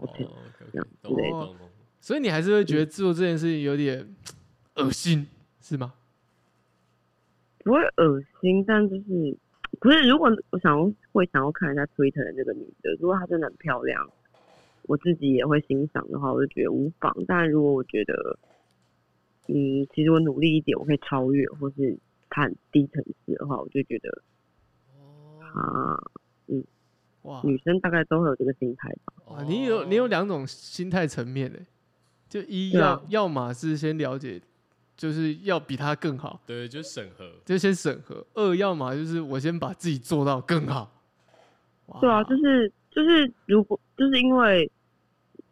哦
歉。
，OK，OK，
这样
懂
之
类的
懂懂。
所以你还是会觉得做这件事情有点恶心，是吗？
不会恶心，但就是不是？如果我想要会想要看一下 Twitter 的那个女的，如果她真的很漂亮，我自己也会欣赏的话，我就觉得无妨。但如果我觉得，嗯，其实我努力一点，我可以超越，或是她很低层次的话，我就觉得
哦
啊，
哇，
女生大概都会有这个心态吧。
哦
哇，你有你有两种心态层面诶，就一
对
要、
啊
要么是先了解，就是要比他更好，
对，就是审核。
就先审核；二要么就是我先把自己做到更好。哇
对啊，就是就是，如果就是因为，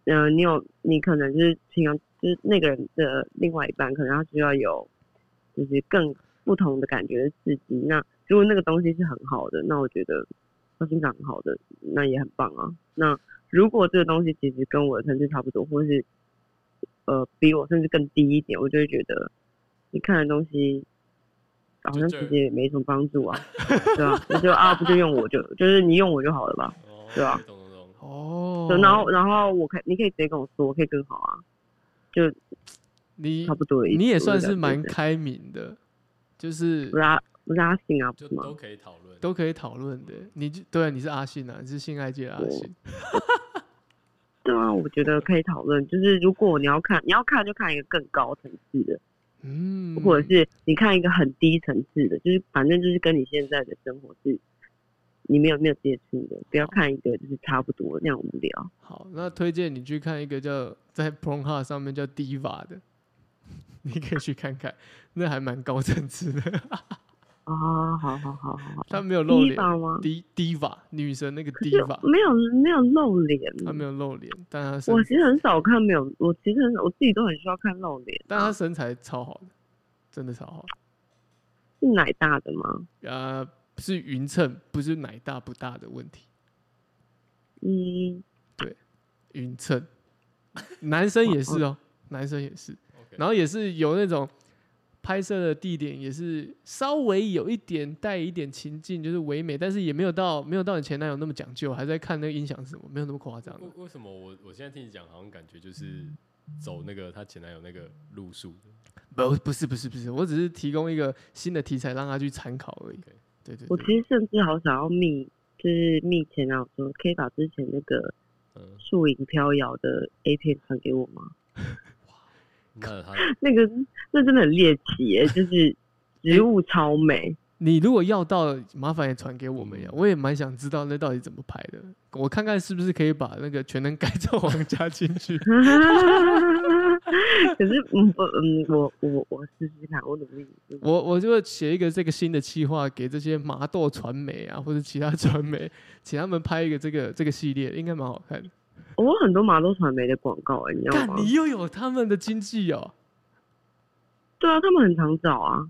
嗯、你有你可能就是平常就是那个人的另外一半，可能他需要有就是更不同的感觉的刺激。那如果那个东西是很好的，那我觉得他欣赏很好的，那也很棒啊。那如果这个东西其实跟我的层次差不多，或是呃比我甚至更低一点，我就会觉得你看的东西好像
就这
其实也没什么帮助啊。 对啊，我就啊，不就用我就就是你用我就好了吧。
哦，
对啊
懂懂懂。
哦，
对然后然后我可以你可以直接跟我说，我可以更好啊，就
你
差不多的意思。
你也
我就
算
了
是
解
蛮
这样
开明的，就是
不是啊不是阿信啊，不
就是
吗
都？可以讨论。
都可以讨论的。你就对啊，你是阿信啊，你是性爱界的阿
我
信。
对啊，我觉得可以讨论。就是如果你要看，你要看就看一个更高层次的，
嗯，
或者是你看一个很低层次的，就是反正就是跟你现在的生活是你没有没有接触的，不要看一个就是差不多那样无聊。
好，那推荐你去看一个叫在 Pornhub 上面叫 Diva 的，你可以去看看，那还蛮高层次的。
啊，好好好好好，
她没有露脸
Diva 吗
，D Diva 女神那个
可是
Diva，
没有没有露脸，
她没有露脸，但她身
我其实很少看没有，我其实很少我自己都很需要看露脸、
但
啊。
她身材超好的，真的超好。
是奶大的吗？
呃，是匀称，不是奶大不大的问题，
嗯，
匀称。男生也是 哦，男生也是。
OK，
然后也是有那种拍摄的地点，也是稍微有一点带一点情境，就是唯美，但是也没有到没有到你前男友那么讲究，还在看那个音响是什么，没有那么夸张。
为为什么我我现在听你讲，好像感觉就是走那个她前男友那个路数的
不，不是不是不是，我只是提供一个新的题材让他去参考而已
OK。
对对
我
对，
其实甚至好想要密，就是密前男友说，可以把之前那个
嗯，
树影飘摇的 A 片传给我吗？
那 她
那个那真的很猎奇耶、
哎
就是植物 超美，。
你如果要到，麻烦也传给我们
嗯
呀，我也蛮想知道那到底怎么拍的，我看看是不是可以把那个全能改造王加进去
可是嗯不嗯我我我试试看，我努力。
我我就会写一个这个新的企划给这些麻豆传媒啊，或者其他传媒，请他们拍一个这个这个系列，应该蛮好看的。
我有很多麻豆传媒的广告哎、你知道
干，
吗？
你又有他们的经济哦。
对啊，他们很常找啊。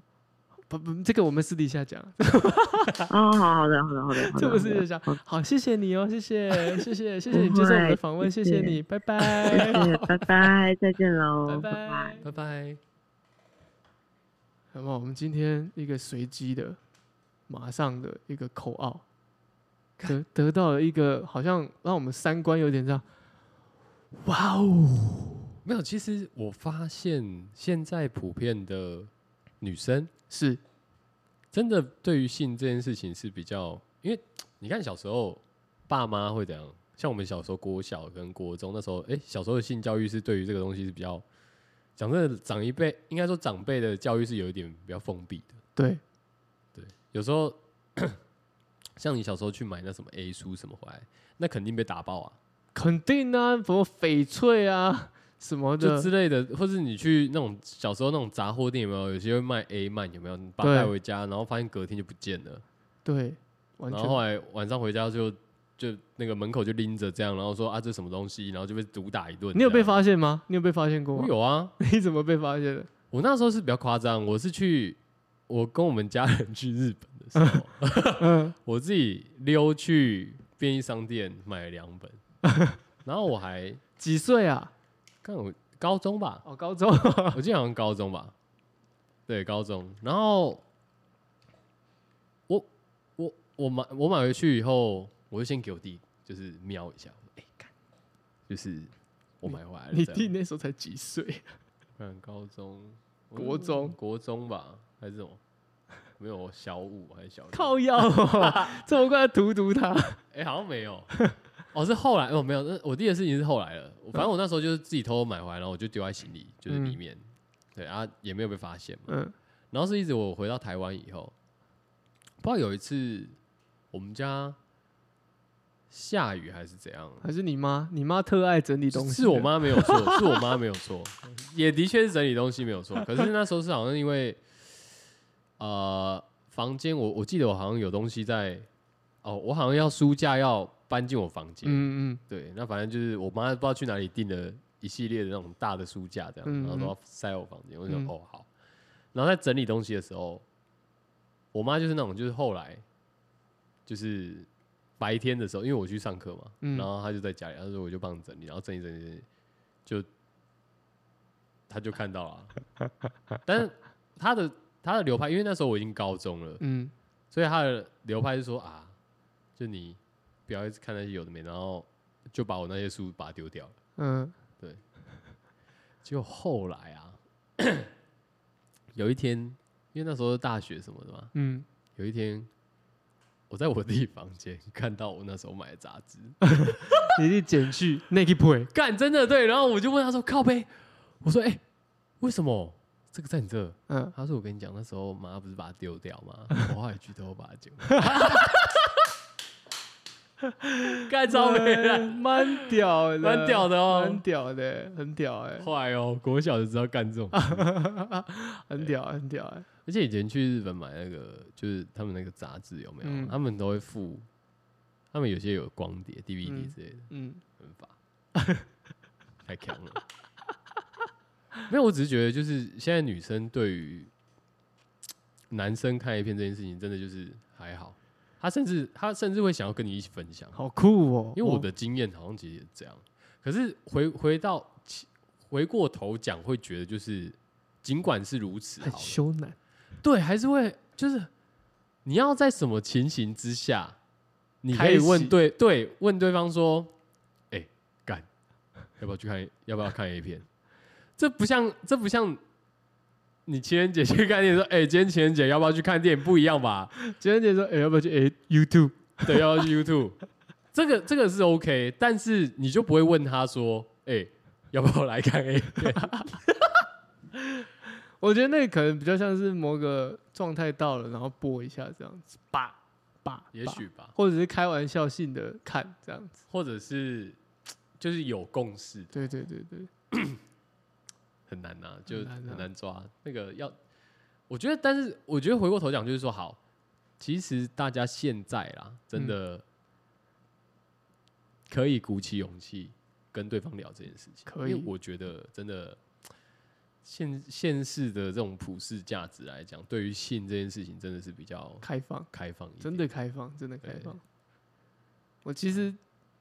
不不，这个我们私底下讲，
哦，好好的好的好的好的，
啊这个私
好的
底下讲。好，谢谢你哦，谢谢谢谢谢谢你
不
接受我们的
会
访问，谢
谢
谢
谢
你，拜
谢
拜，
谢，拜拜，再见喽，
拜
拜拜
拜。
拜拜。
那么我们今天一个随机的，马上的一个口号，得得到了一个好像让我们三观有点这样，哇哦，
没有，其实我发现现在普遍的女生
是
真的对于性这件事情是比较，因为你看小时候爸妈会怎样？像我们小时候国小跟国中那时候，哎、小时候的性教育是对于这个东西是比较，讲真的，长一辈应该说长辈的教育是有一点比较封闭的。
对，
有时候 像你小时候去买那什么 A 书什么回来，那肯定被打爆啊，
肯定啊，什么翡翠啊什么
就
的，
之类的，或是你去那种小时候那种杂货店有没有？有些会卖 A 漫有没有？你把它
对
带回家，然后发现隔天就不见了。
对，完
然
全
后后来晚上回家就就那个门口就拎着这样，然后说啊这什么东西，然后就被毒打一顿。
你有
这
被
样？
发现吗？你有被发现过
我啊
吗？
有啊，
你怎么被发现的？
我那时候是比较夸张，我是去 我跟我们家人去日本的时候，
嗯，
我自己溜去便利商店买了两 本，然后我还
几岁啊？
看我高中吧，
哦，高中，
我记得好像高中吧，对，高中。然后我我我买我买回去以后，我就先给我弟就是瞄一下，哎、看，就是我买回来了
你
这样，
弟那时候才几岁？
看高中、嗯
国中
国中吧，还是什么？ 没有小五还是小六？
靠腰、哦， 这么快荼毒他？
哎、好像没有。 哦，是后来哦，没有，那我弟的事情是后来了。我反正我那时候就是自己偷偷买回来，然后我就丢在行李，就是里面，对啊，也没有被发现嘛。
嗯
然后是一直我回到台湾以后，不知道有一次我们家下雨还是怎样，
还是你妈？你妈特爱整理
是
东西的，
是我妈没有错， 是我妈没有错，也的确是整理东西没有 错。可是那时候是好像因为，呃，房间我我记得我好像有东西在，哦，我好像要书架要搬进我房间，
嗯，嗯
对，那反正就是我妈不知道去哪里订了一系列的那种大的书架，这样，
嗯
然后都
嗯
要塞我房间。我就想，
嗯
哦，好。然后在整理东西的时候，我妈就是那种，就是后来就是白天的时候，因为我去上课嘛，
嗯
然后她就在家里，她说我就帮你整理，然后整理整理整理，就她就看到了 啊，但是她的她的流派，因为那时候我已经高中了，
嗯
所以他的流派是说啊，就你不要一直看那些有的没的，然后就把我那些书把它丢掉了。
嗯
结果后来啊，有一天，因为那时候大学什么的嘛，
嗯
有一天我在我弟房间看到我那时候买的杂志，
嗯，你弟捡去那个 boy，
干真的对，然后我就问他说靠背，我说哎、为什么这个在你这？
嗯，
他说我跟你讲，那时候妈不是把它丢掉 吗？我后来去偷把它捡回来， 干超没来。
哎蛮屌的，
蛮屌的哦
蛮屌的，很屌哎、
坏哦，国小就知道干这种，
很屌，很屌哎、
而且以前去日本买那个，就是他们那个杂志有没有？
嗯
他们都会附，他们有些有光碟、DVD
嗯
之类的，
嗯
很法， 太强了。没有，我只是觉得就是现在女生对于男生看 A 片这件事情，真的就是还好，她甚至她甚至会想要跟你一起分享，
好酷哦！
因为我的经验好像其实也是这样。可是回回到其回过头讲，会觉得就是，尽管是如此
很欸
好了，
羞赧，
对，还是会就是你要在什么情形之下，你可
开
以
启
问对对问对方说，哎、干，要不要去 看？要不要看 A 片？这不像这不像你情人节去看电影说，哎、今天情人节要不要去看电影？不一样吧？
情人节说，哎、要不要去哎、YouTube？
对，要去 YouTube，这 个这个是 OK，但是你就不会问他说，哎、要不要来看 A 片？
我觉得那个可能比较像是某个状态到了，然后播一下这样子，叭叭，
也许吧
叭，，或者是开玩笑性的看这样子。
或者是就是有共识，
对对对对，
很难呐、就
很难啊
很难抓那个要。我觉得，但是我觉得回过头讲，就是说，好，其实大家现在啦，真的
嗯
可以鼓起勇气跟对方聊这件事情，
可以
因为我觉得真的现现世的这种普世价值来讲，对于性这件事情，真的是比较
开放，
开放一点，
真的开放，真的开
对
放。我其实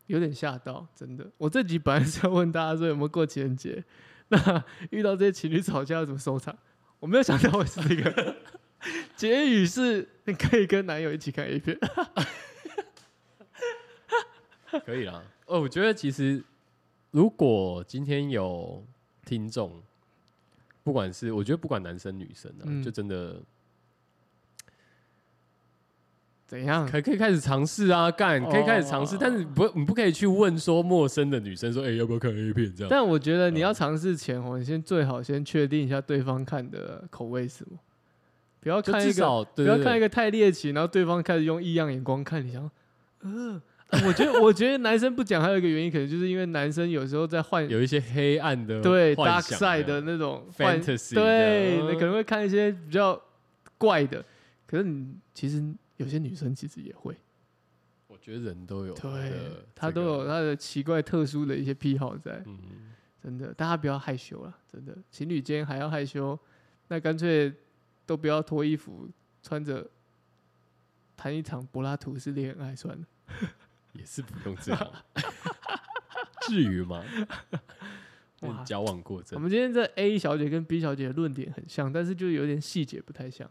有点吓到，真的。我这集本来是要问大家说有没有过情人节， 那遇到这些情侣吵架要怎么收场？我没有想到会是 这个结语是你可以跟男友一起看 A 片，
可以啦。哦，我觉得其实如果今天有听众，不管是我觉得不管男生女生啊，
嗯
就真的
怎样？
可可以开始尝试啊，干可以开始尝试，
嗯哦
但是你不你不可以去问说陌生的女生说，哎、要不要看 A 片这样？
但我觉得你要尝试前，哦，你先最好先确定一下对方看的口味是什么，不要
就
看
至
一个
少
不
对
要
对
看
对，
一个太猎奇，然后对方开始用异样眼光看你，想说，呃，我觉得我 觉得男生不讲还有一个原因，可能就是因为男生有时候在幻
有一些黑暗的
对
幻
dark
想
side 的那种幻
fantasy，这
对，
样嗯
你可能会看一些比较怪的，可是你其实有些女生其实也会，
我觉得人都有她的
对
这个，
她都有她的奇怪特殊的一些癖好在。
嗯，
真的，大家不要害羞了，真的，情侣间还要害羞，那干脆都不要脱衣服，穿着谈一场柏拉图式恋爱算了。
也是不用这 样，至于吗？跟
哇
你交往过
我
真的，
们今天这 A 小姐跟 B 小姐的论点很像，但是就有点细节不太像。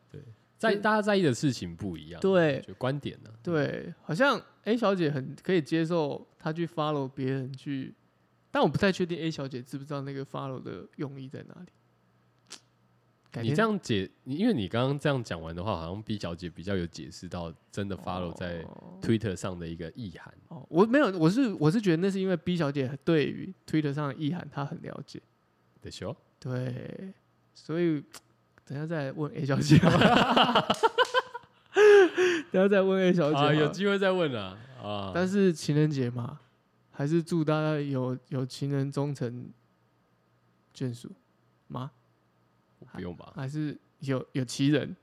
在大家在意的事情不一样，
对
就观点啊呢、
对，好像 A 小姐很可以接受她去 follow 别人去，但我不太确定 A 小姐知不知道那个 follow 的用意在哪里。改
你
天
这样解，你因为你刚刚这样讲完的话，好像 B 小姐比较有解释到真的 follow 在
哦
Twitter 上的一个意涵。
哦，我没有，我是我是觉得那是因为 B 小姐对于 Twitter 上的意涵她很了解，
的时候，
对，所以等一下再问 A 小姐好了，等一下再问 A 小姐好
啊，
了。
有机会再问啊啊！
但是情人节嘛，还是祝大家有有情人终成眷属吗？
不用吧，
还是有有奇人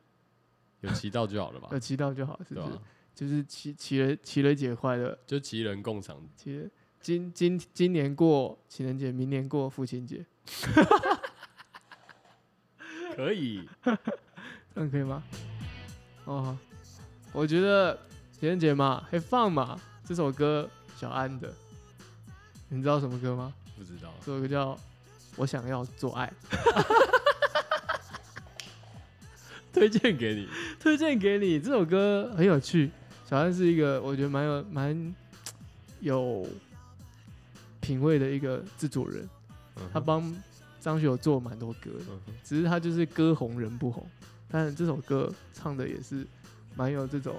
有骑到就好了吧
有，祈祷就好，
啊
是
对啊
不是？
吧？
就是祈祈人祈人节快乐，
就骑人共赏，
祈人今今今年过情人节，明年过父亲节，
可以。
这嗯样可以吗？哦，我觉得情人节嘛，还放嘛，这首歌小安的，你知道什么歌吗？
不知 道，
这首歌叫《我想要做爱》。
推荐给你。
推荐给你这首歌很有趣。小安是一个我觉得蛮有蛮有品味的一个制作人，
嗯
他
哼
帮张学友做蛮多歌的，
嗯哼
只是他就是歌红人不红。但这首歌唱的也是蛮有这种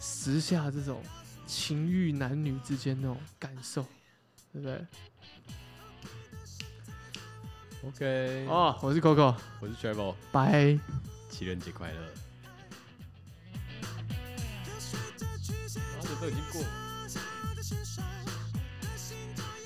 时下这种情欲男女之间那种感受，对不对？
，OK，
哦，我是 Coco，
我是 Travel，
拜。
情人节快乐。妈的，都已经过了。
的身上，我的心早已